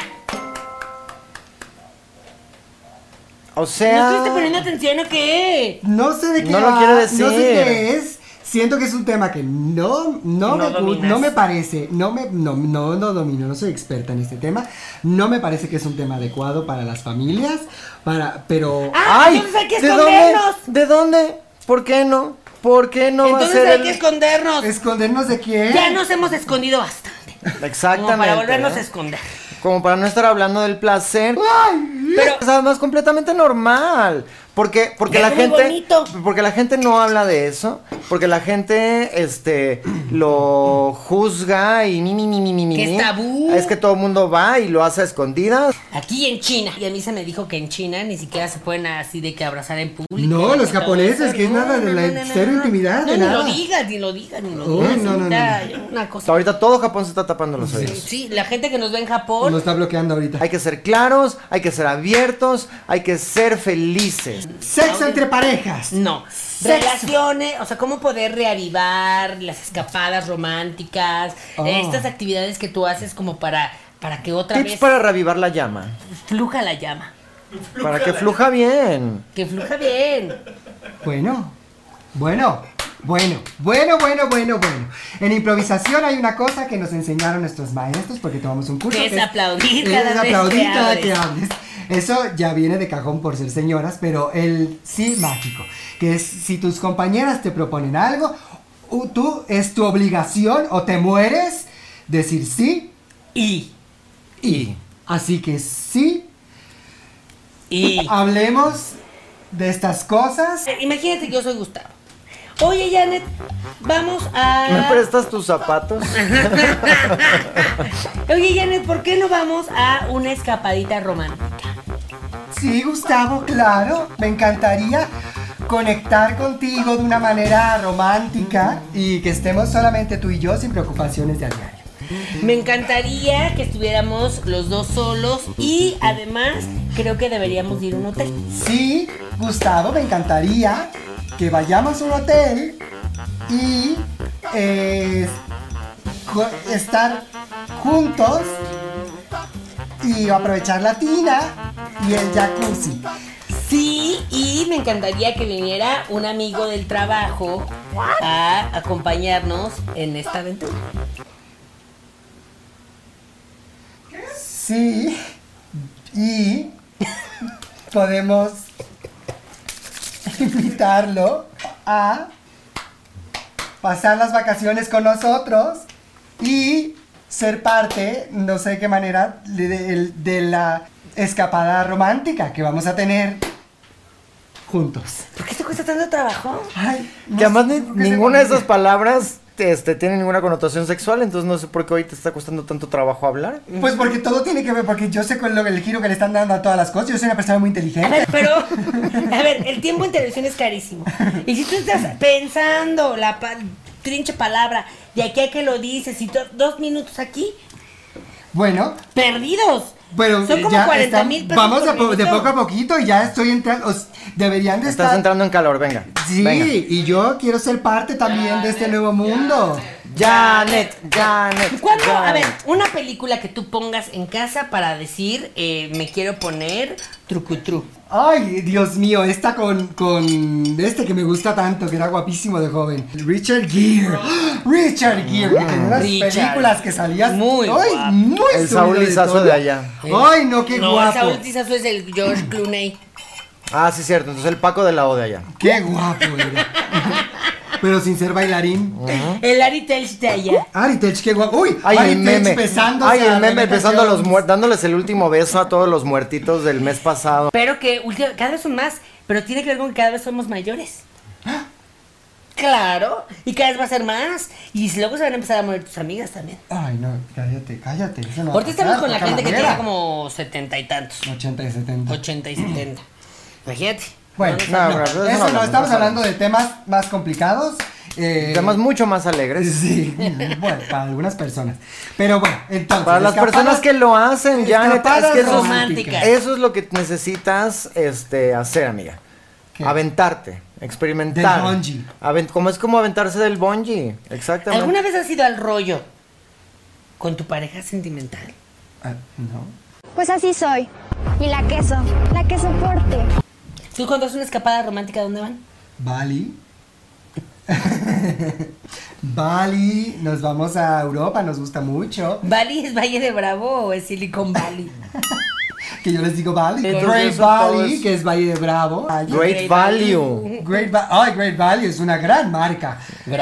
Speaker 4: O
Speaker 2: ¿No
Speaker 4: sea...
Speaker 2: estuviste poniendo atención o qué?
Speaker 1: No sé de qué
Speaker 4: No lo
Speaker 1: va,
Speaker 4: quiero decir.
Speaker 1: No sé qué es. Siento que es un tema que no, no,
Speaker 2: No
Speaker 1: me, gu-
Speaker 2: dominas.
Speaker 1: no me parece, no me no, no, no domino, no soy experta en este tema. No me parece que es un tema adecuado para las familias, para, pero
Speaker 2: Ah, entonces hay que
Speaker 4: ¿de dónde?
Speaker 2: escondernos.
Speaker 4: ¿De dónde? ¿Por qué no? ¿Por qué no va a
Speaker 2: Entonces
Speaker 4: ser
Speaker 2: hay
Speaker 4: el-
Speaker 2: que escondernos.
Speaker 1: escondernos de quién.
Speaker 2: Ya nos hemos escondido bastante.
Speaker 4: Exactamente.
Speaker 2: Como para volvernos
Speaker 4: ¿eh?
Speaker 2: a esconder.
Speaker 4: Como para no estar hablando del placer.
Speaker 1: Ay,
Speaker 4: Pero es además completamente normal. Porque, porque
Speaker 2: Pero
Speaker 4: la
Speaker 2: muy
Speaker 4: gente.
Speaker 2: bonito.
Speaker 4: Porque la gente no habla de eso. Porque la gente este lo juzga y ni ni ni ni ni ni,
Speaker 2: Que es
Speaker 4: ni.
Speaker 2: tabú.
Speaker 4: Es que todo el mundo va y lo hace a escondidas.
Speaker 2: Aquí en China. Y a mí se me dijo que en China ni siquiera se pueden así de que abrazar en público.
Speaker 1: No, los
Speaker 2: Que todo
Speaker 1: japoneses,
Speaker 2: eso.
Speaker 1: que es nada de la- cero intimidad,
Speaker 2: No,
Speaker 1: de
Speaker 2: ni
Speaker 1: nada.
Speaker 2: lo digas, ni lo digas, ni lo
Speaker 1: Uy,
Speaker 2: digas.
Speaker 1: no, no, no,
Speaker 2: Ahorita Una cosa.
Speaker 4: Ahorita todo Japón se está tapando los oídos.
Speaker 2: Sí, la gente que nos ve en Japón.
Speaker 1: nos está bloqueando ahorita.
Speaker 4: Hay que ser claros, hay que ser abiertos, hay que ser felices.
Speaker 1: Sexo entre parejas.
Speaker 2: No. Relaciones, o sea, cómo poder reavivar las escapadas románticas,
Speaker 1: Oh.
Speaker 2: estas actividades que tú haces como para, para que otra
Speaker 4: Tips
Speaker 2: vez
Speaker 4: para reavivar la llama.
Speaker 2: fluja la llama.
Speaker 4: Para que fluja bien.
Speaker 2: Que fluja bien.
Speaker 1: Bueno, bueno, bueno, bueno, bueno, bueno, bueno. En improvisación hay una cosa que nos enseñaron nuestros maestros porque tomamos un curso.
Speaker 2: Que es aplaudir
Speaker 1: que
Speaker 2: cada
Speaker 1: es
Speaker 2: vez
Speaker 1: aplaudir
Speaker 2: que
Speaker 1: cada que
Speaker 2: hables.
Speaker 1: hables. Eso ya viene de cajón por ser señoras, pero el sí mágico, que es si tus compañeras te proponen algo, u- tú es tu obligación o te mueres decir sí
Speaker 2: Y,
Speaker 1: y. Así que sí,
Speaker 2: y.
Speaker 1: hablemos de estas cosas.
Speaker 2: Imagínate que yo soy Gustavo. Oye, Janet, vamos
Speaker 4: ¿Me
Speaker 2: a.
Speaker 4: prestas tus zapatos?
Speaker 2: Oye, Janet, ¿por qué no vamos a una escapadita romántica?
Speaker 1: Sí, Gustavo, claro. Me encantaría conectar contigo de una manera romántica y que estemos solamente tú y yo sin preocupaciones de a diario.
Speaker 2: Me encantaría que estuviéramos los dos solos y además creo que deberíamos ir a un hotel.
Speaker 1: Sí, Gustavo, me encantaría que vayamos a un hotel y eh, jo- estar juntos y aprovechar la tina y el jacuzzi.
Speaker 2: Sí, y me encantaría que viniera un amigo del trabajo a acompañarnos en esta aventura.
Speaker 1: Sí, y podemos invitarlo a pasar las vacaciones con nosotros y ser parte, no sé qué manera, de, de- de la escapada romántica que vamos a tener juntos.
Speaker 2: ¿Por qué te cuesta tanto trabajo?
Speaker 1: Ay, no
Speaker 4: Que además
Speaker 1: sé,
Speaker 4: ni-
Speaker 1: creo que se
Speaker 4: ninguna de
Speaker 1: complica.
Speaker 4: esas palabras este, tiene ninguna connotación sexual, entonces no sé por qué hoy te está costando tanto trabajo hablar.
Speaker 1: Pues porque todo tiene que ver, porque yo sé con lo- el giro que le están dando a todas las cosas, yo soy una persona muy
Speaker 2: A
Speaker 1: inteligente.
Speaker 2: ver, pero, a ver, el tiempo en televisión es carísimo. Y si tú estás pensando la pa- trinche palabra de aquí a que lo dices y to- dos minutos aquí,
Speaker 1: Bueno,
Speaker 2: perdidos.
Speaker 1: Bueno,
Speaker 2: Son como
Speaker 1: eh, ya
Speaker 2: 40
Speaker 1: están-
Speaker 2: mil pesos.
Speaker 1: Vamos de,
Speaker 2: por
Speaker 1: po- de
Speaker 2: minuto.
Speaker 1: poco a poquito y ya estoy entrando. os- deberían de
Speaker 4: Estás
Speaker 1: estar.
Speaker 4: entrando en calor, venga.
Speaker 1: Sí,
Speaker 4: venga.
Speaker 1: y yo quiero ser parte también de este nuevo mundo.
Speaker 4: Janet, Janet.
Speaker 2: ¿Cuándo? A
Speaker 4: Janet.
Speaker 2: ver, una película que tú pongas en casa para decir, eh, me quiero poner trucutru.
Speaker 1: Ay, Dios mío, esta con, con este que me gusta tanto, que era guapísimo de joven. Richard Gere. [gasps] Richard Gere, que tenía unas
Speaker 2: Richard.
Speaker 1: películas que salías
Speaker 2: Muy guapo.
Speaker 1: ay, muy
Speaker 4: El
Speaker 1: subido
Speaker 4: Saúl Lizazo
Speaker 1: tono.
Speaker 4: de allá.
Speaker 1: Ay, no, qué
Speaker 2: no,
Speaker 1: guapo.
Speaker 2: Saúl Tizazo es el George Clooney.
Speaker 4: Ah, sí, cierto. Entonces el Paco de la O de allá.
Speaker 1: Qué guapo era. [laughs] Pero sin ser bailarín.
Speaker 4: Eh,
Speaker 2: El Ari Telch de allá.
Speaker 1: Ari Telch, qué guapo. Uy,
Speaker 4: Ay,
Speaker 1: Ari
Speaker 4: el
Speaker 1: Telch
Speaker 4: meme.
Speaker 1: besándose
Speaker 4: Ay,
Speaker 1: a
Speaker 4: el meme
Speaker 1: Rebeca
Speaker 4: besando a los
Speaker 1: Jones.
Speaker 4: muertos, dándoles el último beso a todos los muertitos del mes pasado.
Speaker 2: Pero que última- cada vez son más, pero tiene que ver con que cada vez somos mayores. Claro, y cada vez va a ser más. Y luego se van a empezar a morir tus amigas también.
Speaker 1: Ay, no, cállate, cállate. Eso no va a
Speaker 2: Ahorita estamos
Speaker 1: pasar,
Speaker 2: con la
Speaker 1: poca
Speaker 2: gente que
Speaker 1: manera.
Speaker 2: tiene como setenta y tantos,
Speaker 1: 80 y 70.
Speaker 2: ochenta y setenta. Imagínate.
Speaker 1: Bueno,
Speaker 4: No,
Speaker 1: no,
Speaker 4: no, no,
Speaker 1: eso,
Speaker 4: no
Speaker 1: no,
Speaker 4: hablamos,
Speaker 1: estamos
Speaker 4: no
Speaker 1: hablando de temas más complicados. eh,
Speaker 4: Temas mucho más alegres.
Speaker 1: [laughs] Sí, bueno, para algunas personas. Pero bueno, entonces.
Speaker 4: Para las
Speaker 1: escapadas-
Speaker 4: personas que lo hacen, Janet, es
Speaker 1: escapadas
Speaker 4: que eso es,
Speaker 2: románticas.
Speaker 4: eso es lo que necesitas este, hacer, amiga.
Speaker 1: ¿Qué?
Speaker 4: Aventarte, experimentar.
Speaker 1: Del bungee.
Speaker 4: Aven- como es como aventarse del bungee, exactamente.
Speaker 2: ¿Alguna vez has ido al rollo con tu pareja sentimental?
Speaker 1: Ah, no.
Speaker 8: Pues así soy. Y la queso, la que soporte.
Speaker 2: ¿Tú cuando haces una escapada romántica, dónde van?
Speaker 1: Bali. [laughs] Bali, nos vamos a Europa, nos gusta mucho.
Speaker 2: ¿Bali es Valle de Bravo o es Silicon Valley?
Speaker 1: Que yo les digo Bali.
Speaker 4: Entonces,
Speaker 1: Great
Speaker 4: eso todo
Speaker 1: Valley,
Speaker 4: es-
Speaker 1: que es Valle de Bravo.
Speaker 4: Great Value.
Speaker 1: Great Va- Ay, Great Valley es una gran marca.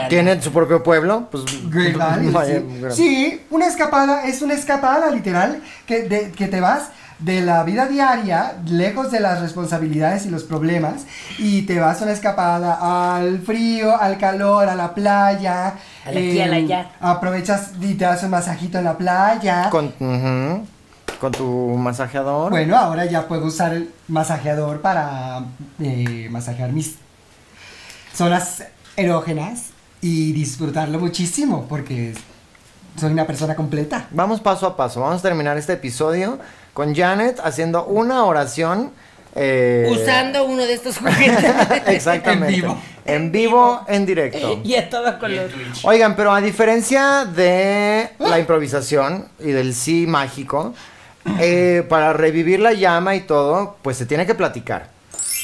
Speaker 4: ¿Tiene su propio pueblo? Pues, [laughs]
Speaker 1: Great Valley.
Speaker 4: vaya,
Speaker 1: sí.
Speaker 4: gran-
Speaker 1: Sí, una escapada, es una escapada literal que, de- que te vas de la vida diaria, lejos de las responsabilidades y los problemas, y te vas a una escapada al frío, al calor, a la playa. Em,
Speaker 2: Al aquí, al allá.
Speaker 1: Aprovechas y te das un masajito en la playa.
Speaker 4: Con, ujú, con tu masajeador.
Speaker 1: Bueno, ahora ya puedo usar el masajeador para eh, masajear mis zonas erógenas y disfrutarlo muchísimo porque soy una persona completa.
Speaker 4: Vamos paso a paso. Vamos a terminar este episodio con Janet haciendo una oración. eh,
Speaker 2: Usando uno de estos
Speaker 1: [laughs]
Speaker 2: juguetes.
Speaker 4: [laughs]
Speaker 1: En
Speaker 4: Exactamente.
Speaker 1: vivo. Eh,
Speaker 4: En vivo, en directo.
Speaker 2: y a todo color.
Speaker 4: Oigan, pero a diferencia de la improvisación y del sí mágico, eh, para revivir la llama y todo, pues se tiene que platicar.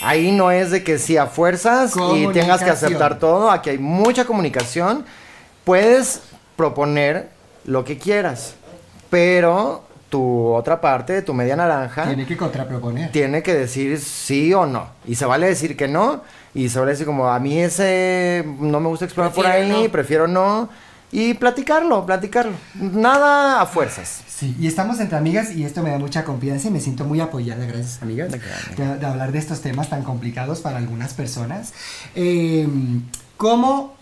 Speaker 4: Ahí no es de que sí a fuerzas y tengas
Speaker 1: Comunicación.
Speaker 4: que aceptar todo. Aquí hay mucha comunicación. Puedes proponer lo que quieras, pero tu otra parte, tu media naranja,
Speaker 1: Tiene que contraproponer.
Speaker 4: tiene que decir sí o no. Y se vale decir que no. Y se vale decir como, a mí ese no me gusta explorar por
Speaker 2: Prefiero
Speaker 4: ahí,
Speaker 2: no.
Speaker 4: prefiero no. Y platicarlo, platicarlo. Nada a fuerzas.
Speaker 1: Sí, y estamos entre amigas y esto me da mucha confianza y me siento muy apoyada, gracias amigas,
Speaker 4: De que-
Speaker 1: de, de hablar de estos temas tan complicados para algunas personas. Eh, ¿Cómo,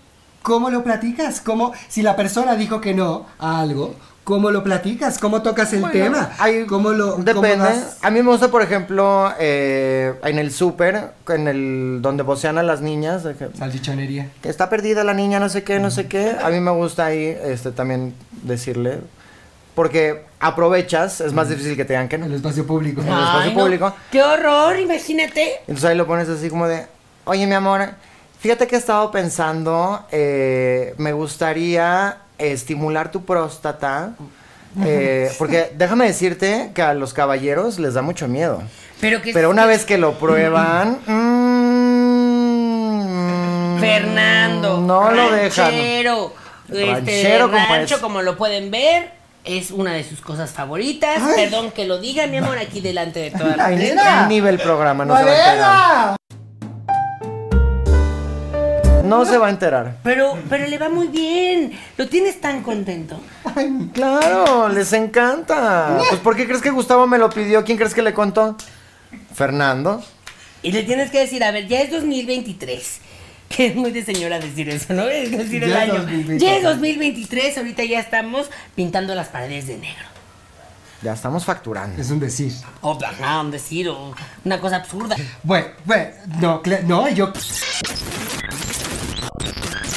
Speaker 1: cómo lo platicas? ¿Cómo, si la persona dijo que no a algo, ¿cómo lo platicas? ¿Cómo tocas el tema?
Speaker 4: Hay-
Speaker 1: ¿Cómo lo cómo
Speaker 4: Depende.
Speaker 1: das-
Speaker 4: A mí me gusta, por ejemplo, eh, en el súper, en el donde vocean a las niñas, de que,
Speaker 1: Salchichonería.
Speaker 4: que está perdida la niña, no sé qué, no sé qué. A mí me gusta ahí este, también decirle, porque aprovechas, es más difícil que te digan que no.
Speaker 1: El espacio público.
Speaker 4: En el espacio
Speaker 2: Ay, no.
Speaker 4: público.
Speaker 2: ¡Qué horror! Imagínate.
Speaker 4: Entonces ahí lo pones así como de, oye mi amor, fíjate que he estado pensando, eh, me gustaría estimular tu próstata, eh, porque déjame decirte que a los caballeros les da mucho miedo,
Speaker 2: Pero que.
Speaker 4: pero una vez que lo prueban, mm,
Speaker 2: Fernando.
Speaker 4: no lo dejan.
Speaker 2: Ranchero. Este,
Speaker 4: Ranchero,
Speaker 2: rancho,
Speaker 4: compa, es-
Speaker 2: como lo pueden ver. Es una de sus cosas favoritas.
Speaker 1: Ay.
Speaker 2: Perdón que lo diga, mi amor, aquí delante de toda la
Speaker 4: Ay,
Speaker 2: gente.
Speaker 1: ¡Valera!
Speaker 4: nivel programa, no se va a enterar.
Speaker 1: ¡Valera!
Speaker 4: No se va a enterar.
Speaker 2: Pero, pero le va muy bien. Lo tienes tan contento.
Speaker 4: Claro, les encanta. Pues ¿por qué crees que Gustavo me lo pidió? ¿Quién crees que le contó? Fernando.
Speaker 2: Y le tienes que decir, a ver, ya es 2023. [laughs] Que es muy de señora decir eso, ¿no? Es decir el
Speaker 1: Ya es
Speaker 2: año.
Speaker 1: 2023.
Speaker 2: Ya es 2023, ahorita ya estamos pintando las paredes de negro.
Speaker 4: Ya estamos facturando.
Speaker 1: Es un decir.
Speaker 2: O ajá, un decir, o una cosa absurda.
Speaker 1: Bueno, bueno, no, cla- no, yo.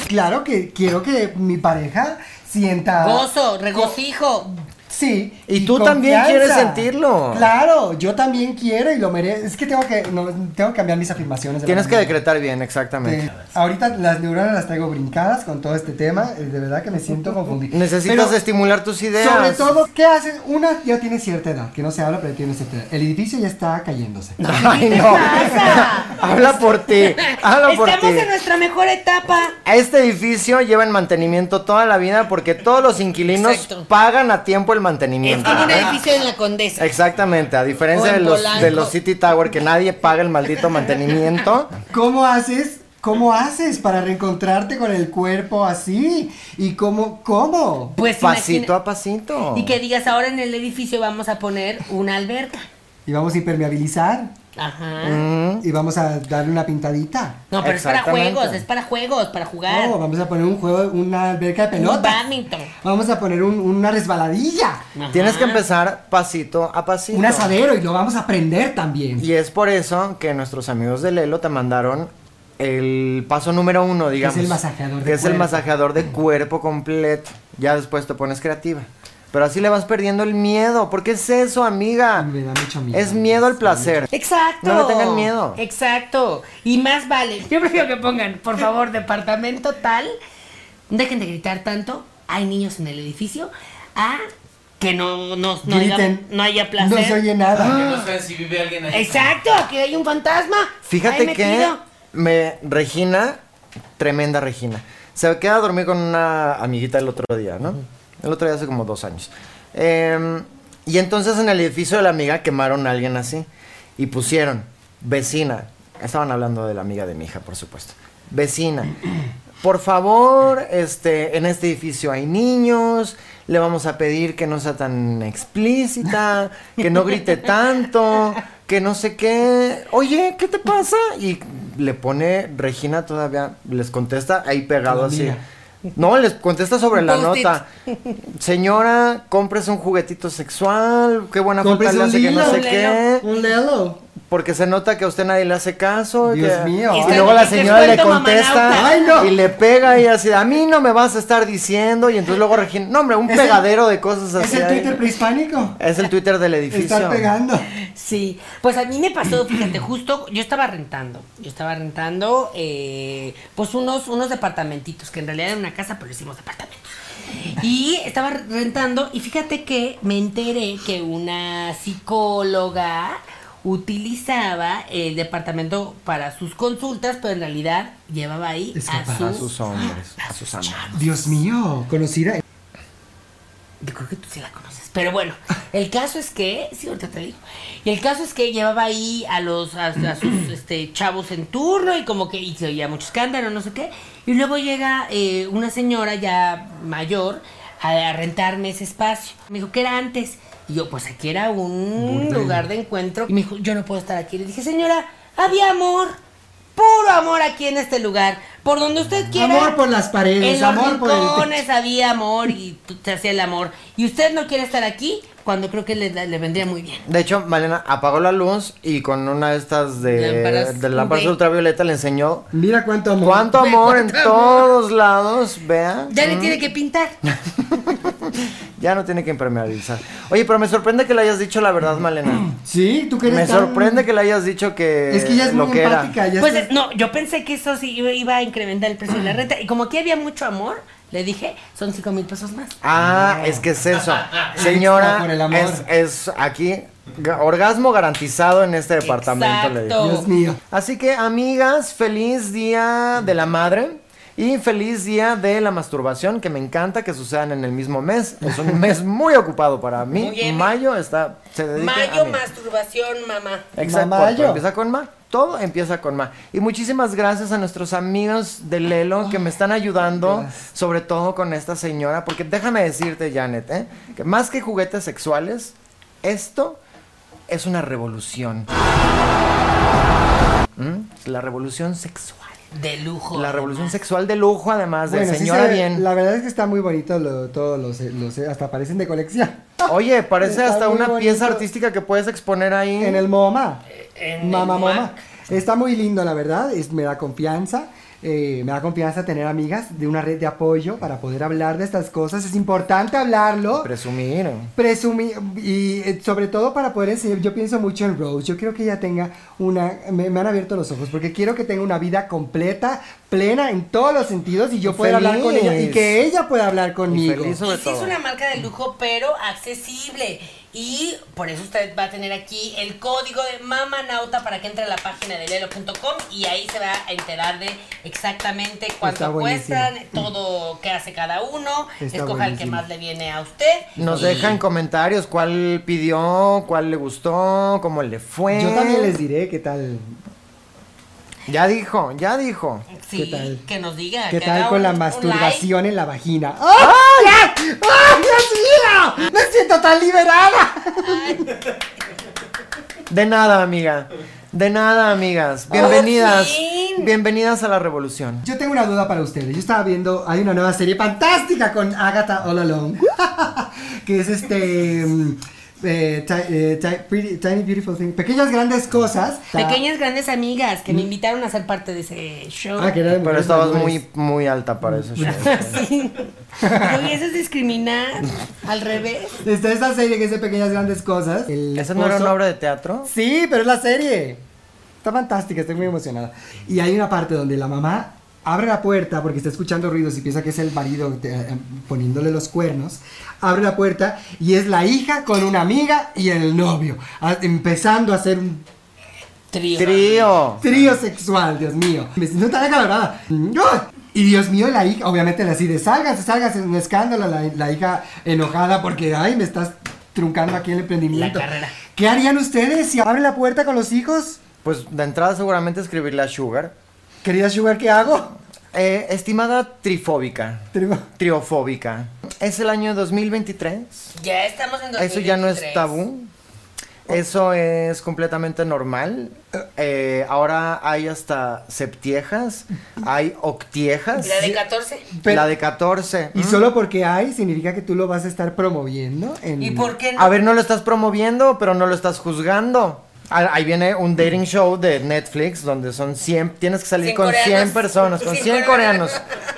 Speaker 1: Claro que quiero que mi pareja sienta.
Speaker 4: Ah.
Speaker 2: Gozo, regocijo.
Speaker 1: Sí.
Speaker 4: Y tú también quieres sentirlo.
Speaker 1: Claro, yo también quiero y lo merezco. Es que tengo que, no, tengo que cambiar mis afirmaciones. de la
Speaker 4: Tienes que
Speaker 1: mañana.
Speaker 4: decretar bien, exactamente.
Speaker 1: Eh, ahorita las neuronas las traigo brincadas con todo este tema. eh, De verdad que me siento confundido.
Speaker 4: [laughs] Necesitas
Speaker 1: Pero-
Speaker 4: estimular tus ideas.
Speaker 1: Sobre
Speaker 4: [laughs]
Speaker 1: todo, ¿qué haces? Una ya tiene cierta edad, que no se habla, pero tiene cierta edad. El edificio ya está cayéndose.
Speaker 4: [laughs] Ay, no.
Speaker 2: pasa?
Speaker 4: Habla por ti.
Speaker 2: [laughs]
Speaker 4: Habla por
Speaker 2: Estamos
Speaker 4: ti.
Speaker 2: en nuestra mejor etapa.
Speaker 4: A este edificio lleva en mantenimiento toda la vida porque todos los inquilinos
Speaker 2: Exacto.
Speaker 4: pagan a tiempo el
Speaker 2: Es
Speaker 4: mantenimiento.
Speaker 2: como un edificio en la condesa.
Speaker 4: Exactamente, a
Speaker 2: O
Speaker 4: diferencia
Speaker 2: en
Speaker 4: de los,
Speaker 2: Polanco.
Speaker 4: de los City Tower que nadie paga el maldito mantenimiento.
Speaker 1: ¿Cómo haces? ¿Cómo haces para reencontrarte con el cuerpo así? ¿Y cómo? ¿Cómo?
Speaker 2: Pues
Speaker 4: pasito
Speaker 2: imagina-
Speaker 4: a pasito.
Speaker 2: Y que digas, ahora en el edificio vamos a poner una alberca.
Speaker 1: Y vamos a impermeabilizar.
Speaker 2: Ajá.
Speaker 4: Mm,
Speaker 1: Y vamos a darle una pintadita.
Speaker 2: No, pero es para
Speaker 4: Exactamente. Oh,
Speaker 2: juegos, es para juegos, para jugar.
Speaker 1: No, vamos a poner un juego, una alberca de
Speaker 2: Un
Speaker 1: pelota.
Speaker 2: badminton.
Speaker 1: Vamos a poner un- una resbaladilla.
Speaker 4: Tienes que empezar pasito a pasito.
Speaker 1: Un asadero y lo vamos a prender también.
Speaker 4: Y es por eso que nuestros amigos de Lelo te mandaron el paso número uno, digamos.
Speaker 1: el masajeador de
Speaker 4: Que es el
Speaker 1: cuerpo.
Speaker 4: masajeador de cuerpo completo. Ya después te pones creativa. Pero así le vas perdiendo el miedo. ¿Por qué es eso, amiga?
Speaker 1: Me da mucho miedo.
Speaker 4: Es miedo al placer.
Speaker 2: Exacto.
Speaker 4: No le tengan miedo.
Speaker 2: Exacto. Y más vale. Yo prefiero que pongan, por favor, departamento tal. Dejen de gritar tanto. Hay niños en el edificio. A que no, no, no, haya-
Speaker 1: Griten.
Speaker 2: no haya placer.
Speaker 1: No Ah, se oye nada.
Speaker 2: Exacto, que hay un fantasma.
Speaker 4: Fíjate
Speaker 2: ahí
Speaker 4: que
Speaker 2: metido.
Speaker 4: me Regina, tremenda Regina. Se queda a dormir con una amiguita el otro día, ¿no? El otro día hace como dos años. Em, y entonces en el edificio de la amiga quemaron a alguien así y pusieron vecina. Estaban hablando de la amiga de mi hija, por supuesto. Vecina, por favor, este, en este edificio hay niños. Le vamos a pedir que no sea tan explícita, que no grite tanto, que no sé qué. Oye, ¿qué te pasa? Y le pone Regina todavía, les contesta ahí pegado
Speaker 1: La
Speaker 4: así.
Speaker 1: amiga.
Speaker 4: No, les contesta sobre la
Speaker 2: Post-it.
Speaker 4: nota. Señora, compres un juguetito sexual. Qué buena falta
Speaker 1: Compres
Speaker 4: le
Speaker 1: un
Speaker 4: hace que no
Speaker 1: lilo,
Speaker 4: sé
Speaker 1: un
Speaker 4: qué.
Speaker 1: Un lelo.
Speaker 4: Porque se nota que a usted nadie le hace caso.
Speaker 1: Dios
Speaker 4: que-
Speaker 1: mío.
Speaker 4: Y
Speaker 1: Está-
Speaker 4: luego la
Speaker 2: te
Speaker 4: señora le
Speaker 2: cuento,
Speaker 4: contesta
Speaker 2: mamanauta.
Speaker 1: Ay, no.
Speaker 4: y le pega y así, a mí no me vas a estar diciendo. Y entonces luego Regina, no hombre, un
Speaker 1: Es el-
Speaker 4: pegadero de cosas
Speaker 1: ¿Es
Speaker 4: así.
Speaker 1: el
Speaker 4: ahí.
Speaker 1: Twitter prehispánico?
Speaker 4: Es el Twitter del edificio.
Speaker 1: Están pegando.
Speaker 2: Sí, pues a mí me pasó, fíjate, justo yo estaba rentando, yo estaba rentando eh, pues unos, unos departamentitos, que en realidad era una casa, pero hicimos departamentos. Y estaba rentando y fíjate que me enteré que una psicóloga utilizaba el departamento para sus consultas, pero en realidad llevaba ahí a
Speaker 1: Escapaba
Speaker 4: A
Speaker 2: sus...
Speaker 4: sus hombres,
Speaker 2: [laughs]
Speaker 4: a sus amas.
Speaker 1: Dios mío, conocida.
Speaker 2: Yo creo que tú sí la conoces. Pero bueno, el caso es que. Sí, ahorita te digo. Y el caso es que llevaba ahí a los a,
Speaker 1: [clears throat]
Speaker 2: a sus este, chavos en turno y como que y se oía mucho escándalo, no sé qué. Y luego llega eh, una señora ya mayor a, a rentarme ese espacio. Me dijo que era antes. Y yo, pues aquí era un lugar de encuentro. Y me dijo, yo no puedo estar aquí. Le dije, señora, había amor. Puro amor aquí en este lugar. por donde usted quiera.
Speaker 1: Amor por las paredes,
Speaker 2: En los
Speaker 1: amor por el
Speaker 2: rincones había amor y tú- se hacía el amor. Y usted no quiere estar aquí cuando creo que le, le vendría muy bien.
Speaker 4: De hecho, Malena apagó la luz y con una de estas de
Speaker 2: Lámparas
Speaker 4: de lámparas
Speaker 2: UV.
Speaker 4: ultravioleta le enseñó
Speaker 1: Mira cuánto amor.
Speaker 2: [laughs]
Speaker 4: cuánto amor en todos lados, vea. Mm,
Speaker 2: Ya le tiene que pintar.
Speaker 4: Ya no tiene que impermeabilizar. Oye, pero me sorprende que le hayas dicho la verdad, Malena.
Speaker 1: Sí, tú que eres
Speaker 4: Me
Speaker 1: tan-
Speaker 4: sorprende que le hayas dicho que
Speaker 1: Es que ya es
Speaker 4: lo
Speaker 1: muy
Speaker 4: que era.
Speaker 1: empática. Ya
Speaker 2: Pues
Speaker 1: estás-
Speaker 2: no, yo pensé que eso sí iba- iba a incrementar el precio de la renta. Y como aquí había mucho amor, le dije, son cinco mil pesos más.
Speaker 4: Ah, es que es eso.
Speaker 1: Extra
Speaker 4: Señora,
Speaker 1: por el amor.
Speaker 4: es, es aquí ga- orgasmo garantizado en este departamento. le digo.
Speaker 2: Exacto.
Speaker 1: Dios mío.
Speaker 4: Así que, amigas, feliz día de la madre. Y feliz día de la masturbación, que me encanta que sucedan en el mismo mes. Es un mes muy ocupado para mí.
Speaker 2: Muy bien.
Speaker 4: Mayo está. Se dedica a
Speaker 2: Mayo,
Speaker 4: mí.
Speaker 2: masturbación, mamá.
Speaker 4: Exacto.
Speaker 1: Mamayo.
Speaker 4: todo Empieza con ma. Todo empieza con ma. Y muchísimas gracias a nuestros amigos de Lelo que me están ayudando, sobre todo con esta señora, porque déjame decirte, Janet, ¿eh? que más que juguetes sexuales, esto es una revolución. ¿Mm? Es La revolución sexual.
Speaker 2: De lujo.
Speaker 4: La revolución sexual de lujo, además de
Speaker 1: Bueno, sí
Speaker 4: Pues, señora
Speaker 1: se ve-
Speaker 4: bien.
Speaker 1: La verdad es que está muy bonito lo- todos los, los- hasta parecen de colección.
Speaker 4: Oye, parece
Speaker 1: Está
Speaker 4: hasta
Speaker 1: muy
Speaker 4: una
Speaker 1: bonito.
Speaker 4: pieza artística que puedes exponer ahí.
Speaker 1: En el MoMA.
Speaker 2: en
Speaker 1: Mamá
Speaker 2: el
Speaker 1: MoMA.
Speaker 2: Mac.
Speaker 1: Está muy lindo, la verdad. es- me da confianza. eh, me da confianza tener amigas de una red de apoyo para poder hablar de estas cosas. Es importante hablarlo.
Speaker 4: Presumir.
Speaker 1: presumir y eh, sobre todo para poder enseñar, yo pienso mucho en Rose, yo quiero que ella tenga una, me, me han abierto los ojos porque quiero que tenga una vida completa, plena en todos los sentidos y yo pueda hablar con ella y
Speaker 4: Feliz.
Speaker 1: que ella pueda hablar
Speaker 4: Y
Speaker 1: conmigo.
Speaker 4: feliz sobre
Speaker 2: Y sí es
Speaker 4: todo.
Speaker 2: una marca de lujo, pero accesible. Y por eso usted va a tener aquí el código de Mamanauta para que entre a la página de lelo.com y ahí se va a enterar de exactamente
Speaker 1: Está
Speaker 2: cuánto
Speaker 1: buenísimo.
Speaker 2: cuestan, todo que hace cada uno,
Speaker 1: Está
Speaker 2: escoja el que
Speaker 1: buenísimo.
Speaker 2: más le viene a usted.
Speaker 4: Nos
Speaker 2: Y-
Speaker 4: dejan comentarios cuál pidió, cuál le gustó, cómo le fue.
Speaker 1: Yo también
Speaker 4: Eh.
Speaker 1: les diré qué tal,
Speaker 4: Ya dijo, ya dijo.
Speaker 2: Sí,
Speaker 1: ¿Qué tal?
Speaker 2: que nos diga.
Speaker 1: qué
Speaker 2: que
Speaker 1: tal
Speaker 2: haga
Speaker 1: con
Speaker 2: un-
Speaker 1: la
Speaker 2: un
Speaker 1: masturbación en la vagina. ¡Ay! ¡Ay! ¡Ay, Dios mío! ¡Me siento tan liberada!
Speaker 4: De nada, amiga. De nada,
Speaker 1: Oh,
Speaker 4: amigas. Bienvenidas.
Speaker 2: fin.
Speaker 4: Bienvenidas a la revolución.
Speaker 1: Yo tengo una duda para ustedes. Yo estaba viendo, hay una nueva serie fantástica con Agatha All Along, [laughs] que es este... mm, eh, ti- eh, ti- pretty- tiny Beautiful Things. Pequeñas grandes cosas.
Speaker 2: like. Pequeñas grandes amigas que me invitaron a ser parte de ese show.
Speaker 1: Mm.
Speaker 2: [laughs]
Speaker 1: Ah, que era de
Speaker 4: Pero
Speaker 1: mujeres
Speaker 4: estabas
Speaker 1: mayores.
Speaker 4: muy, muy alta para eso.
Speaker 1: [laughs]
Speaker 2: Sí. Oye, eso es discriminar al revés.
Speaker 1: Está esta serie que es de Pequeñas Grandes Cosas. El
Speaker 4: ¿Esa no era
Speaker 1: esposo-
Speaker 4: una obra de teatro?
Speaker 1: Sí, pero es la serie. Está fantástica, estoy muy emocionada. Y hay una parte donde la mamá abre la puerta porque está escuchando ruidos y piensa que es el marido te- eh, poniéndole los cuernos. Abre la puerta y es la hija con una amiga y el novio. a- empezando a hacer un
Speaker 2: Trío.
Speaker 4: Trío.
Speaker 1: trío sexual, Dios mío. Me siento tan acalorada. ¡Ay! Y Dios mío, la hija, obviamente le así de sálgase, sálgase, es un escándalo. La, la hija enojada porque, ay, me estás truncando aquí el emprendimiento.
Speaker 2: La carrera.
Speaker 1: ¿Qué harían ustedes si abren la puerta con los hijos?
Speaker 4: Pues de entrada seguramente escribirle a Sugar.
Speaker 1: Querida Sugar, ¿qué [laughs] hago?
Speaker 4: Eh, estimada trifóbica.
Speaker 1: Trigo.
Speaker 4: Triofóbica. Es el año 2023.
Speaker 2: Ya estamos en 2023.
Speaker 4: Eso ya no es tabú. Eso es completamente normal. Eh, ahora hay hasta septiejas, hay octiejas,
Speaker 2: La de 14.
Speaker 1: Pero-
Speaker 4: la de 14.
Speaker 1: Y
Speaker 4: ¿Mm?
Speaker 1: solo porque hay, significa que tú lo vas a estar promoviendo. En...
Speaker 2: ¿Y por qué no?
Speaker 4: A ver, no lo estás promoviendo, pero no lo estás juzgando. Ah, Ahí viene un dating show de Netflix donde son 100, tienes que salir
Speaker 2: 100
Speaker 4: con 100
Speaker 2: coreanos.
Speaker 4: personas, con
Speaker 2: 100
Speaker 4: 100 coreanos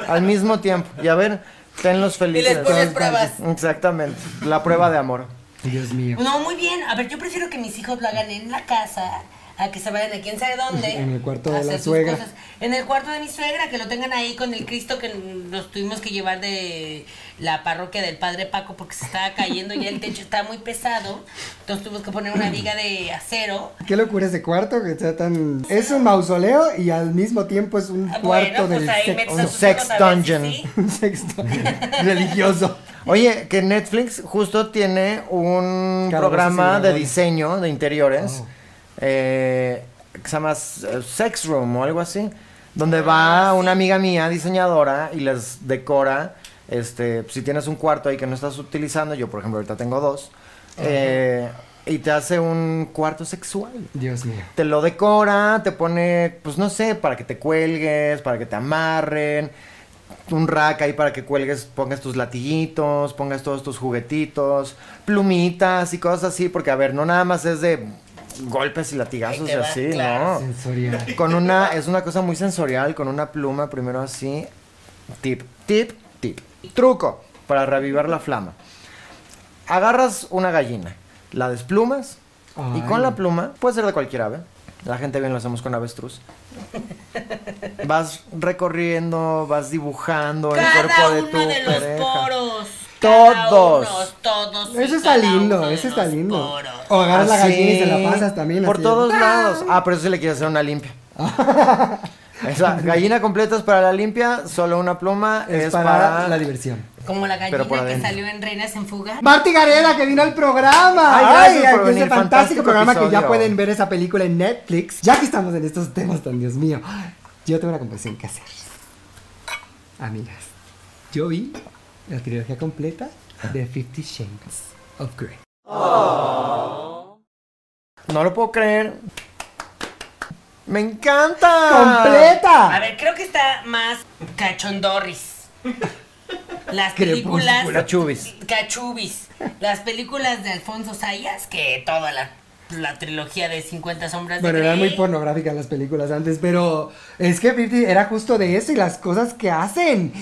Speaker 4: al mismo tiempo. Y a ver, tenlos
Speaker 2: Y
Speaker 4: felices.
Speaker 2: les pones pruebas.
Speaker 4: Exactamente, la prueba de amor.
Speaker 1: Dios mío.
Speaker 2: No, muy bien. A ver, yo prefiero que mis hijos lo hagan en la casa, a que se vayan a quién sabe dónde.
Speaker 1: En el cuarto de
Speaker 2: a
Speaker 1: la
Speaker 2: hacer sus
Speaker 1: suegra.
Speaker 2: cosas. En el cuarto de mi suegra, que lo tengan ahí con el Cristo que nos tuvimos que llevar de la parroquia del Padre Paco porque se estaba cayendo y el techo estaba muy pesado. Entonces tuvimos que poner
Speaker 1: Mm.
Speaker 2: una viga de acero.
Speaker 1: Qué locura ese cuarto que está tan. Es un mausoleo y al mismo tiempo es un
Speaker 2: Ah,
Speaker 1: cuarto
Speaker 2: bueno, pues
Speaker 1: del
Speaker 2: ahí
Speaker 1: sexo.
Speaker 2: metes
Speaker 4: un
Speaker 2: a sus
Speaker 4: sex
Speaker 2: hijos a ver si
Speaker 4: dungeon.
Speaker 2: sí.
Speaker 1: [laughs] un sexto religioso.
Speaker 4: Oye, que Netflix justo tiene un
Speaker 1: Calabozos y
Speaker 4: programa de
Speaker 1: dragones.
Speaker 4: diseño de interiores eh, que se llama S- Sex Room o algo así, donde va una amiga mía diseñadora y les decora. Este, si tienes un cuarto ahí que no estás utilizando, yo por ejemplo ahorita tengo dos, eh, y te hace un cuarto sexual.
Speaker 1: Dios mío.
Speaker 4: Te lo decora, te pone, pues no sé, para que te cuelgues, para que te amarren, un rack ahí para que cuelgues, pongas tus latiguitos, pongas todos tus juguetitos, plumitas y cosas así, porque a ver, no nada más es de golpes y latigazos
Speaker 2: Ahí
Speaker 4: y
Speaker 2: te va,
Speaker 4: así,
Speaker 2: claro.
Speaker 4: ¿no?
Speaker 1: Sensorial.
Speaker 4: [laughs] Con una, es una cosa muy sensorial, con una pluma primero así, tip, tip, tip. Truco para reavivar la flama. Agarras una gallina, la desplumas y
Speaker 1: Ay.
Speaker 4: con la pluma, puede ser de cualquier ave, la gente bien lo hacemos con avestruz. Vas recorriendo, vas dibujando el
Speaker 2: Cada
Speaker 4: cuerpo de
Speaker 2: uno
Speaker 4: tu
Speaker 2: de los
Speaker 4: pareja.
Speaker 2: poros.
Speaker 4: Todos.
Speaker 2: Cada uno, todos. y
Speaker 1: Eso está
Speaker 2: cada
Speaker 1: lindo,
Speaker 2: uno de
Speaker 1: eso está
Speaker 2: los
Speaker 1: lindo.
Speaker 2: poros.
Speaker 1: O agarras la
Speaker 4: Así,
Speaker 1: gallina y se la pasas también.
Speaker 4: Ah, Por
Speaker 1: así.
Speaker 4: todos lados. Ah, pero eso sí le quieres hacer
Speaker 1: [laughs]
Speaker 4: una limpia. Esa gallina completa es para la limpia, solo una pluma
Speaker 1: Es, para, la diversión.
Speaker 2: Como la gallina
Speaker 4: Pero por
Speaker 2: que
Speaker 4: adentro.
Speaker 2: salió en Reinas en Fuga.
Speaker 1: Marti Gareda que vino al programa.
Speaker 4: Ay, gracias por
Speaker 1: ese
Speaker 4: venir,
Speaker 1: fantástico,
Speaker 4: fantástico
Speaker 1: programa que ya
Speaker 4: episodio.
Speaker 1: pueden ver esa película en Netflix. Ya que estamos en estos temas tan Dios mío, yo tengo una confesión que hacer. Amigas, yo vi la trilogía completa de Fifty Shades of Grey.
Speaker 4: No lo puedo creer. Me encanta.
Speaker 2: A
Speaker 1: ¡Completa!
Speaker 2: ver, creo que está más cachondorris. Las películas.
Speaker 4: Crepúsculo. Cachubis.
Speaker 2: Cachubis. Las películas de Alfonso Sayas, que toda la, la trilogía de 50 sombras
Speaker 1: Bueno,
Speaker 2: de
Speaker 1: eran muy
Speaker 2: Grey.
Speaker 1: pornográficas las películas antes, pero es que Fifty era justo de eso y las cosas que hacen.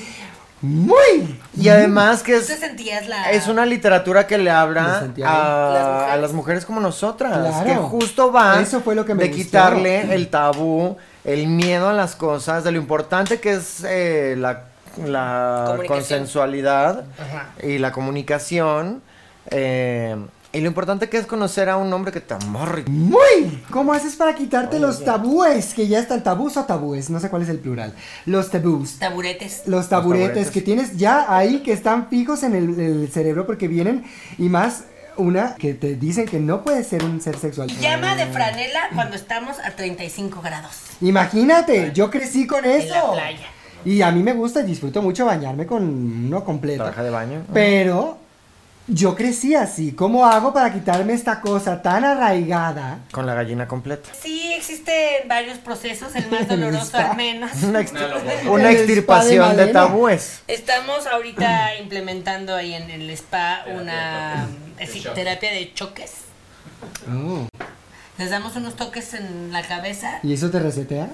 Speaker 1: Muy.
Speaker 4: Y además que
Speaker 2: ¿Tú te
Speaker 4: es,
Speaker 2: sentías la.?
Speaker 4: es una literatura que le
Speaker 1: Me
Speaker 4: habla
Speaker 1: sentía
Speaker 4: a,
Speaker 2: Las mujeres.
Speaker 4: a las mujeres como nosotras.
Speaker 1: Claro.
Speaker 4: Que justo va
Speaker 1: Eso fue lo que me
Speaker 4: de
Speaker 1: gustó.
Speaker 4: quitarle el tabú, el miedo a las cosas, de lo importante que es eh, la, la
Speaker 2: Comunicación.
Speaker 4: consensualidad
Speaker 2: Ajá.
Speaker 4: y la comunicación. eh, y lo importante que es conocer a un hombre que te amorre.
Speaker 1: Muy. ¿Cómo haces para quitarte los tabúes? Que ya están tabús o tabúes, no sé cuál es el plural. Los tabús.
Speaker 2: Taburetes.
Speaker 1: Los taburetes,
Speaker 4: taburetes.
Speaker 1: que tienes ya ahí que están fijos en el, el cerebro porque vienen y más una que te dicen que no puede ser un ser sexual.
Speaker 2: Llama
Speaker 4: Mm.
Speaker 2: de franela cuando estamos a 35 grados.
Speaker 1: Imagínate, yo crecí con eso.
Speaker 2: la playa.
Speaker 1: Y a mí me gusta y disfruto mucho bañarme con uno completo.
Speaker 4: Traje de baño.
Speaker 1: Pero yo crecí así. ¿Cómo hago para quitarme esta cosa tan arraigada?
Speaker 4: Con la gallina completa.
Speaker 2: Sí, existen varios procesos, el
Speaker 4: [laughs]
Speaker 2: más doloroso al menos.
Speaker 4: Una, extir-
Speaker 1: lobotomía. El spa
Speaker 4: una
Speaker 1: de
Speaker 4: extirpación de
Speaker 1: Malena.
Speaker 4: tabúes.
Speaker 2: Estamos ahorita implementando ahí en el spa una eh, sí, terapia de choques. Les damos unos toques en la cabeza.
Speaker 1: ¿Y eso te resetea?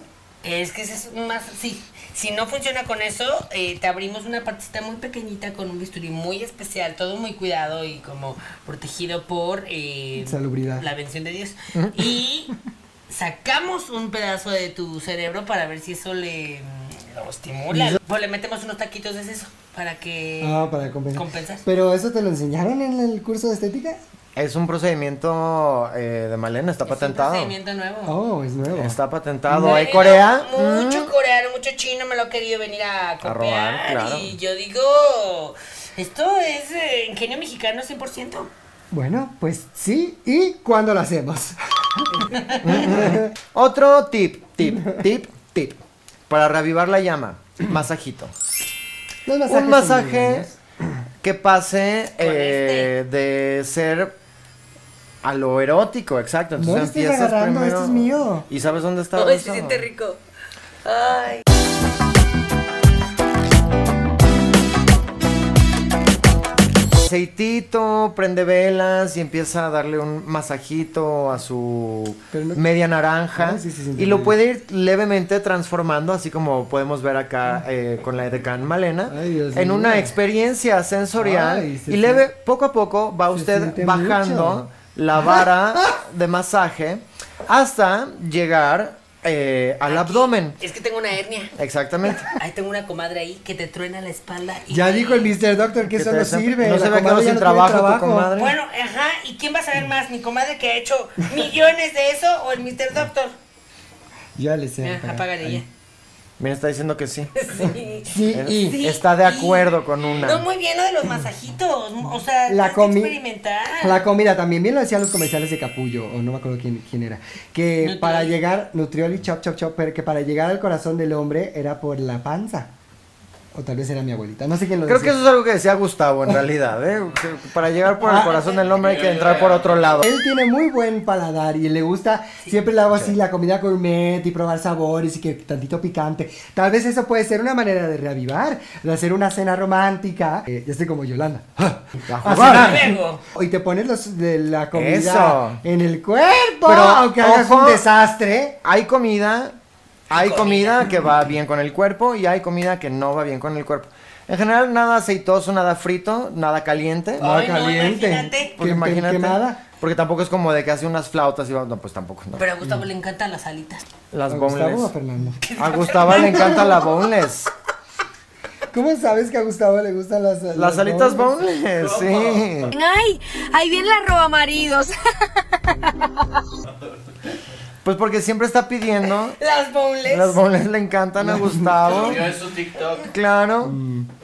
Speaker 2: Es que ese es un más, sí. Si no funciona con eso, eh, te abrimos una partecita muy pequeñita con un bisturí muy especial, todo muy cuidado y como protegido por eh,
Speaker 1: Salubridad.
Speaker 2: la bendición de Dios. Y sacamos un pedazo de tu cerebro para ver si eso le mm, lo estimula. Pues le metemos unos taquitos de eso para que
Speaker 1: Ah, para compensar.
Speaker 2: compensar.
Speaker 1: ¿Pero eso te lo enseñaron en el curso de estética?
Speaker 4: Es un procedimiento eh, de Malena, está patentado.
Speaker 2: Es un procedimiento nuevo.
Speaker 1: Oh, es nuevo.
Speaker 4: Está
Speaker 2: Me
Speaker 4: patentado.
Speaker 2: ha
Speaker 4: ¿Eh,
Speaker 2: venido
Speaker 4: Corea? Mm,
Speaker 2: Mucho coreano, mucho chino me lo ha querido venir a copiar.
Speaker 4: robar, claro.
Speaker 2: Y yo digo, esto es eh, ingenio mexicano 100%.
Speaker 1: Bueno, pues sí. ¿Y cuándo lo
Speaker 4: [laughs]
Speaker 1: hacemos?
Speaker 4: Mm. Otro tip, tip, tip, tip. Para reavivar la llama, masajito.
Speaker 1: Los
Speaker 4: Un
Speaker 1: masajes son muy
Speaker 4: masaje
Speaker 1: buenos.
Speaker 4: que pase
Speaker 1: este.
Speaker 4: eh, de ser a lo erótico, exacto. Entonces
Speaker 1: No, este es
Speaker 4: empiezas
Speaker 1: agarrando,
Speaker 4: primero.
Speaker 1: este es mío.
Speaker 4: ¿Y sabes dónde está?
Speaker 2: Ay,
Speaker 4: eso?
Speaker 2: se siente rico.
Speaker 4: aceitito, prende velas y empieza a darle un masajito a su
Speaker 1: Pero no-
Speaker 4: media naranja.
Speaker 1: Ah, sí, sí, sí,
Speaker 4: y
Speaker 1: entendí.
Speaker 4: lo puede ir levemente transformando, así como podemos ver acá eh, con la edecán Malena,
Speaker 1: Ah. Ay, Dios
Speaker 4: en
Speaker 1: mío.
Speaker 4: una experiencia sensorial.
Speaker 1: Ay, se
Speaker 4: y leve,
Speaker 1: siente-
Speaker 4: poco a poco va
Speaker 1: se
Speaker 4: usted
Speaker 1: siente
Speaker 4: bajando
Speaker 1: mucho.
Speaker 4: la vara de masaje hasta llegar eh, al abdomen.
Speaker 2: Es que tengo una hernia.
Speaker 4: Exactamente.
Speaker 2: Ahí tengo una comadre ahí que te truena la espalda. Y
Speaker 1: Ya dijo el Mr. Doctor que
Speaker 4: Que
Speaker 1: eso
Speaker 4: te
Speaker 1: no
Speaker 4: desa-
Speaker 1: sirve.
Speaker 4: no
Speaker 1: la
Speaker 4: se me ha
Speaker 1: comadre
Speaker 4: quedado
Speaker 1: ya
Speaker 4: sin
Speaker 1: no tiene
Speaker 4: trabajo tu comadre.
Speaker 2: Bueno, ajá, ¿y quién va a saber más? ¿Mi comadre que ha hecho millones de eso o el Mr. Doctor?
Speaker 1: Ya le sé.
Speaker 2: Ah,
Speaker 1: para-
Speaker 2: apágale ya.
Speaker 4: Mira, está diciendo que sí.
Speaker 2: Sí.
Speaker 1: Sí, y
Speaker 2: Sí,
Speaker 4: Está de
Speaker 2: y-
Speaker 4: acuerdo con una.
Speaker 2: No, muy bien lo de los masajitos. O sea,
Speaker 1: la,
Speaker 2: la
Speaker 1: comi-
Speaker 2: experimentar.
Speaker 1: la comida también. Bien lo decían los comerciales de Capullo, o no me acuerdo quién, quién era. Que
Speaker 2: Nutrioli.
Speaker 1: para llegar, Nutrioli, chop, chop, chop, pero que para llegar al corazón del hombre era por la panza. O tal vez era mi abuelita. No sé quién lo
Speaker 4: Creo que
Speaker 1: decía.
Speaker 4: eso es algo que decía Gustavo
Speaker 1: Oh.
Speaker 4: en realidad, ¿eh? Que Para llegar por
Speaker 1: Ah.
Speaker 4: el corazón del hombre hay que entrar por otro lado.
Speaker 1: Él tiene muy buen paladar y le gusta, siempre le hago así la comida gourmet y probar sabores y que tantito picante. Tal vez eso puede ser una manera de reavivar, de hacer una cena romántica. Eh, ya estoy como
Speaker 4: [laughs]
Speaker 1: Yolanda. A cenar.
Speaker 2: luego.
Speaker 1: Y te pones los de la comida
Speaker 4: Eso.
Speaker 1: en el cuerpo,
Speaker 4: Pero,
Speaker 1: aunque hagas un
Speaker 4: ojo.
Speaker 1: desastre.
Speaker 4: Hay comida, hay comida que va bien con el cuerpo y hay comida que no va bien con el cuerpo. En general, nada aceitoso, nada frito, nada
Speaker 2: Ay,
Speaker 4: caliente.
Speaker 2: no,
Speaker 1: Que-
Speaker 2: imagínate.
Speaker 4: Porque
Speaker 1: Ah, que-
Speaker 4: imagínate.
Speaker 1: Quemada.
Speaker 4: Porque tampoco es como de que hace unas flautas y va. No, pues tampoco. no.
Speaker 2: Pero a Gustavo le encantan las alitas.
Speaker 4: Las
Speaker 1: ¿A Gustavo o a
Speaker 4: boneless.
Speaker 1: Fernando? [laughs]
Speaker 4: A Gustavo le encanta la boneless.
Speaker 1: ¿Cómo sabes que a Gustavo le gustan las
Speaker 4: Las alitas boneless, sí.
Speaker 6: Ay, ahí viene la roba maridos.
Speaker 4: Pues porque siempre está pidiendo.
Speaker 2: Las boneless.
Speaker 4: Las boneless le encantan a Gustavo. Claro,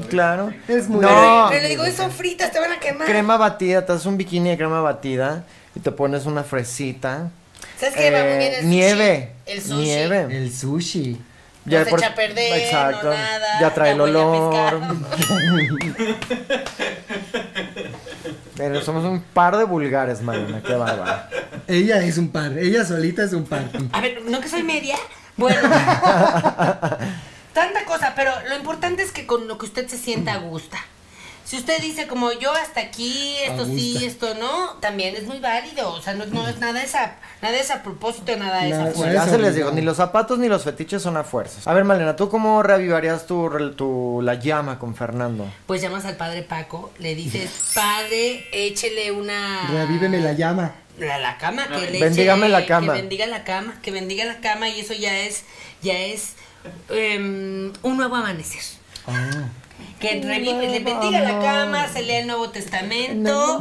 Speaker 4: claro.
Speaker 1: Mm. Es muy-
Speaker 4: No,
Speaker 5: Pero le digo, son fritas, te van a quemar.
Speaker 4: crema batida, te haces un bikini de crema batida y te pones una fresita. Eh,
Speaker 5: ¿Sabes qué va muy bien el sushi?
Speaker 4: nieve.
Speaker 5: El sushi.
Speaker 4: Nieve.
Speaker 1: El sushi.
Speaker 5: No se echa a perder, no nada,
Speaker 4: ya trae el
Speaker 5: ya huele a
Speaker 4: olor. Pero somos un par de vulgares, Mariana, qué bárbaro.
Speaker 1: Ella es un par, ella solita es un par.
Speaker 2: A ver, ¿no que soy media? Bueno. Tanta cosa, pero lo importante es que con lo que usted se sienta a gusta. Si usted dice como yo hasta aquí, esto sí,
Speaker 1: gusta.
Speaker 2: esto no, también es muy válido. O sea, no, no es nada esa, nada es a propósito, nada es
Speaker 1: Nada,
Speaker 2: a fuerza.
Speaker 4: Pues Ya
Speaker 1: Eso,
Speaker 4: se les
Speaker 1: mira.
Speaker 4: digo, ni los zapatos ni los fetiches son a fuerzas. A ver, Malena, ¿tú cómo reavivarías tu, rel- tu, la llama con Fernando?
Speaker 2: Pues llamas al padre Paco, le dices, padre, échele una.
Speaker 1: Revíveme la llama.
Speaker 2: La, la cama, que le
Speaker 4: Bendígame
Speaker 2: eche-
Speaker 4: la cama.
Speaker 2: Que bendiga la cama, que bendiga la cama y eso ya es, ya es em, un nuevo amanecer.
Speaker 1: Ah.
Speaker 2: Que revive- le bendiga la cama, se lea el Nuevo Testamento.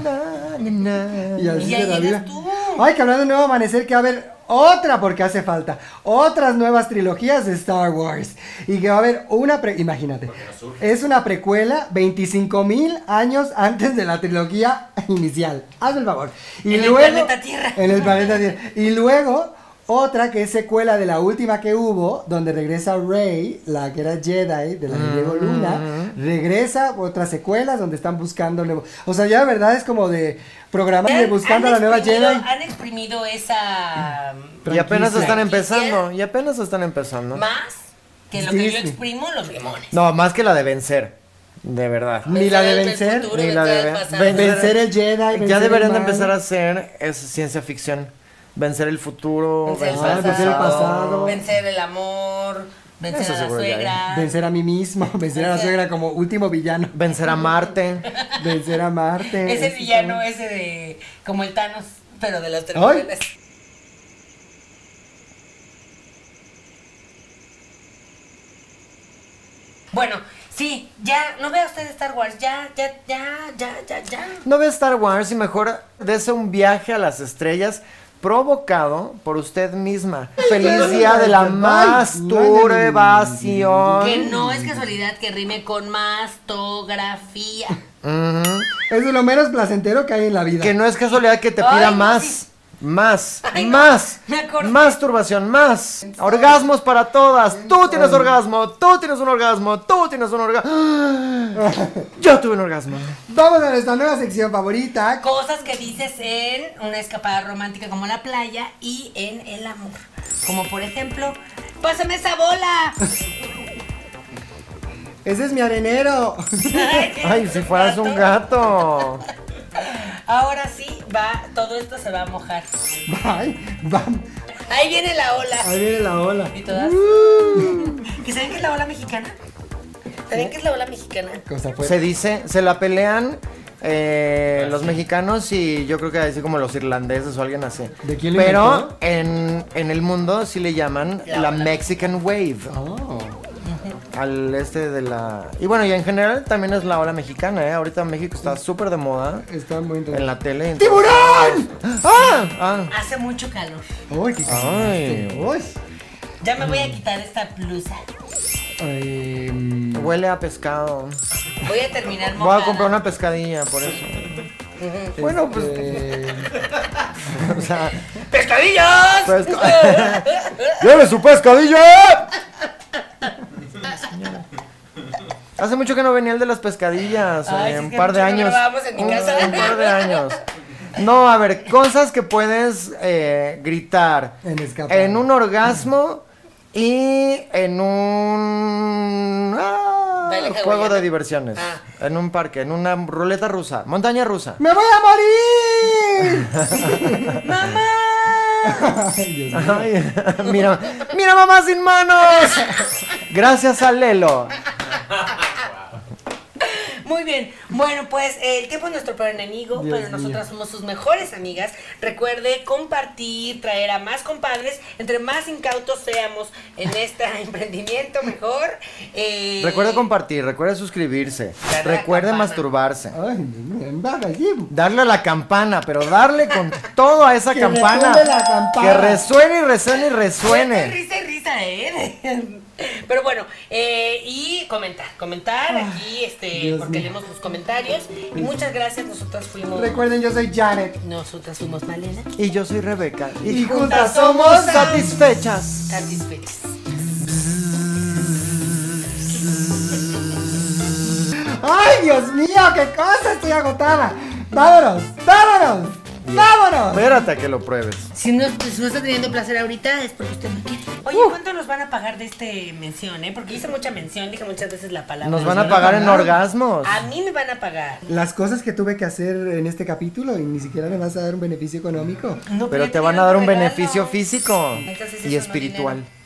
Speaker 1: Y así
Speaker 2: Y ya
Speaker 1: de la vida.
Speaker 2: llegas tú.
Speaker 1: Ay, que hablando de nuevo amanecer, que va a haber otra, porque hace falta, otras nuevas trilogías de Star Wars. Y que va a haber una, pre- imagínate, es una precuela 25 mil años antes de la trilogía inicial. Hazme el favor. Y
Speaker 2: En el
Speaker 1: luego,
Speaker 2: planeta Tierra.
Speaker 1: En el planeta Tierra. Y luego, otra que es secuela de la última que hubo, donde regresa Rey, la que era Jedi, de la que llegó
Speaker 2: Mm.
Speaker 1: Luna, regresa otras secuelas donde están buscando nuevo. O sea, ya de verdad es como de programa de
Speaker 2: Han-
Speaker 1: buscando
Speaker 2: han
Speaker 1: la nueva
Speaker 2: exprimido-
Speaker 1: Jedi.
Speaker 2: Han exprimido esa
Speaker 4: Y apenas están
Speaker 2: Franquicia.
Speaker 4: empezando, y apenas están empezando.
Speaker 2: más que lo que yo
Speaker 1: Disney.
Speaker 2: exprimo los limones.
Speaker 4: No, más que la de vencer, de verdad.
Speaker 1: Ni la de
Speaker 2: Vencer el
Speaker 1: vencer,
Speaker 2: futuro,
Speaker 4: ni la
Speaker 2: vencer
Speaker 4: de
Speaker 2: el
Speaker 4: ven-
Speaker 2: pasado.
Speaker 4: ven-
Speaker 1: vencer el Jedi. vencer
Speaker 4: Ya
Speaker 1: el
Speaker 4: deberían de
Speaker 1: mal.
Speaker 4: empezar a hacer es ciencia ficción. Vencer el futuro,
Speaker 2: Vencer el
Speaker 4: vencer el
Speaker 2: pasado.
Speaker 1: vencer el pasado.
Speaker 2: Vencer el amor, vencer
Speaker 4: Eso
Speaker 2: a la
Speaker 4: seguro ya, ¿eh?
Speaker 2: suegra.
Speaker 1: Vencer a mí mismo, [laughs] vencer a la suegra como último villano,
Speaker 4: Vencer a Marte.
Speaker 1: vencer a Marte.
Speaker 2: Ese
Speaker 1: Eso
Speaker 2: villano,
Speaker 1: está-
Speaker 2: ese de. como el Thanos, pero de las telenovelas. Bueno, sí, ya, no vea usted Star Wars, ya, ya, ya, ya, ya, ya.
Speaker 4: No ve Star Wars y mejor dese un viaje a las estrellas provocado por usted misma. Feliz día de la
Speaker 2: Que
Speaker 4: masturbación.
Speaker 2: no es casualidad que rime con
Speaker 4: [laughs]
Speaker 2: mastografía.
Speaker 1: Eso es lo menos placentero que hay en la vida.
Speaker 4: Que no es casualidad que te
Speaker 2: Ay,
Speaker 4: pida
Speaker 2: no,
Speaker 4: más.
Speaker 2: sí.
Speaker 4: Más,
Speaker 2: Ay, no,
Speaker 4: más,
Speaker 2: me acordé.
Speaker 4: masturbación, más, orgasmos para todas. Tú tienes orgasmo, tú tienes un orgasmo, tú tienes un orgasmo. Yo tuve un orgasmo.
Speaker 1: Vamos a nuestra nueva sección favorita.
Speaker 2: Cosas que dices en una escapada romántica como la playa y en el amor. Como por ejemplo, pásame esa bola. [laughs]
Speaker 1: Ese es mi arenero.
Speaker 4: [laughs]
Speaker 1: [laughs]
Speaker 4: Ay, si fueras un gato.
Speaker 2: Ahora sí va, todo esto se va a mojar.
Speaker 1: Bye. Bam.
Speaker 2: Ahí viene la ola.
Speaker 1: Ahí viene la ola. Uh.
Speaker 2: Y todas. ¿Que saben que es la ola mexicana?
Speaker 4: ¿Eh?
Speaker 2: ¿Saben que es la ola mexicana?
Speaker 1: Cosa pues. Ah,
Speaker 4: Se dice, se la pelean eh, los mexicanos y yo creo que así como los irlandeses o alguien así.
Speaker 1: ¿De quién lo
Speaker 4: Pero
Speaker 1: inventó?
Speaker 4: en, en el mundo sí le llaman la Mexican Wave.
Speaker 1: Oh.
Speaker 4: Al este de la... Y bueno, y en general también es la ola mexicana, ¿eh? Ahorita México está súper de moda
Speaker 1: Está muy
Speaker 4: en
Speaker 1: interesante.
Speaker 4: la tele. entonces-
Speaker 1: ¡Tiburón!
Speaker 4: ¡Ah! ¡Ah!
Speaker 2: Hace mucho calor.
Speaker 1: ¡Uy, qué
Speaker 4: Ay.
Speaker 1: Uy.
Speaker 2: Ya me
Speaker 4: Mm.
Speaker 2: voy a quitar esta blusa.
Speaker 1: Ay, mm.
Speaker 4: Huele a pescado.
Speaker 2: Voy a terminar mojada.
Speaker 4: Voy a comprar una pescadilla, por eso. [laughs] Bueno, pues...
Speaker 1: este, [laughs]
Speaker 4: o sea,
Speaker 2: ¡Pescadillos!
Speaker 4: pesca-
Speaker 2: [laughs]
Speaker 4: [laughs] ¡Lleve su pescadilla! ¿eh? Hace mucho que no venía el de las pescadillas.
Speaker 2: Ay,
Speaker 4: eh,
Speaker 2: sí, es
Speaker 4: un
Speaker 2: que
Speaker 4: par de
Speaker 2: mucho que no
Speaker 4: años.
Speaker 2: grabábamos en mi
Speaker 4: un,
Speaker 2: casa.
Speaker 4: un par de años. No, a ver, cosas que puedes eh, gritar
Speaker 1: En escapa.
Speaker 4: en un orgasmo y en un ah,
Speaker 2: Baile
Speaker 4: juego
Speaker 2: hawaiano.
Speaker 4: de diversiones.
Speaker 2: Ah.
Speaker 4: En un parque, en una ruleta rusa, montaña rusa.
Speaker 1: ¡Me voy a
Speaker 4: [laughs]
Speaker 1: morir! ¡Mamá!
Speaker 4: Ay, [laughs] mira, mira mamá sin manos. Gracias a Lelo.
Speaker 2: Muy bien. Bueno, pues eh, el tiempo es nuestro peor enemigo,
Speaker 1: Dios
Speaker 9: mío.
Speaker 2: pero nosotras somos sus mejores amigas. Recuerde compartir, traer a más compadres. Entre más incautos seamos en este [laughs] emprendimiento, mejor. Eh,
Speaker 4: Recuerde compartir, recuerde suscribirse,
Speaker 2: Darle a la
Speaker 4: recuerde
Speaker 2: campana.
Speaker 4: masturbarse.
Speaker 1: Ay, me embarra allí.
Speaker 4: Darle a la campana, pero darle con todo a esa
Speaker 1: Que
Speaker 4: campana.
Speaker 1: retumbe la campana.
Speaker 4: Que resuene y resuene y
Speaker 2: Estoy
Speaker 4: resuene.
Speaker 2: Risa y risa, ¿eh? [laughs] Pero bueno, eh, y comentar, comentar
Speaker 4: Ah,
Speaker 2: aquí, este,
Speaker 1: Dios
Speaker 2: porque
Speaker 1: mío.
Speaker 2: leemos sus comentarios. Y muchas gracias, nosotras fuimos.
Speaker 1: Recuerden, yo soy Janet.
Speaker 2: Nosotras fuimos Malena,
Speaker 4: Y yo soy Rebeca.
Speaker 1: Y
Speaker 4: Y
Speaker 1: juntas
Speaker 4: juntas
Speaker 1: somos
Speaker 4: somos satisfechas.
Speaker 2: satisfechas.
Speaker 1: ¡Ay, Dios mío! ¡Qué cosa! Estoy agotada. ¡Vámonos! ¡Vámonos! ¡Vámonos!
Speaker 4: Espérate a que lo pruebes.
Speaker 9: Si no, si no está teniendo placer ahorita es porque usted no quiere.
Speaker 2: Oye,
Speaker 4: Uh.
Speaker 2: ¿cuánto nos van a pagar de este mención, eh? Porque hice mucha mención, dije muchas veces la Ah, palabra.
Speaker 4: Nos van a pagar en orgasmos.
Speaker 2: A mí me van a pagar.
Speaker 1: Las cosas que tuve que hacer en este capítulo y ni siquiera me vas a dar un beneficio económico.
Speaker 2: No,
Speaker 4: Pero
Speaker 2: ya
Speaker 4: te van a
Speaker 2: dieron
Speaker 4: dar un
Speaker 2: regalo.
Speaker 4: beneficio físico
Speaker 2: Entonces, eso
Speaker 4: y
Speaker 2: no
Speaker 4: espiritual.
Speaker 2: dinero.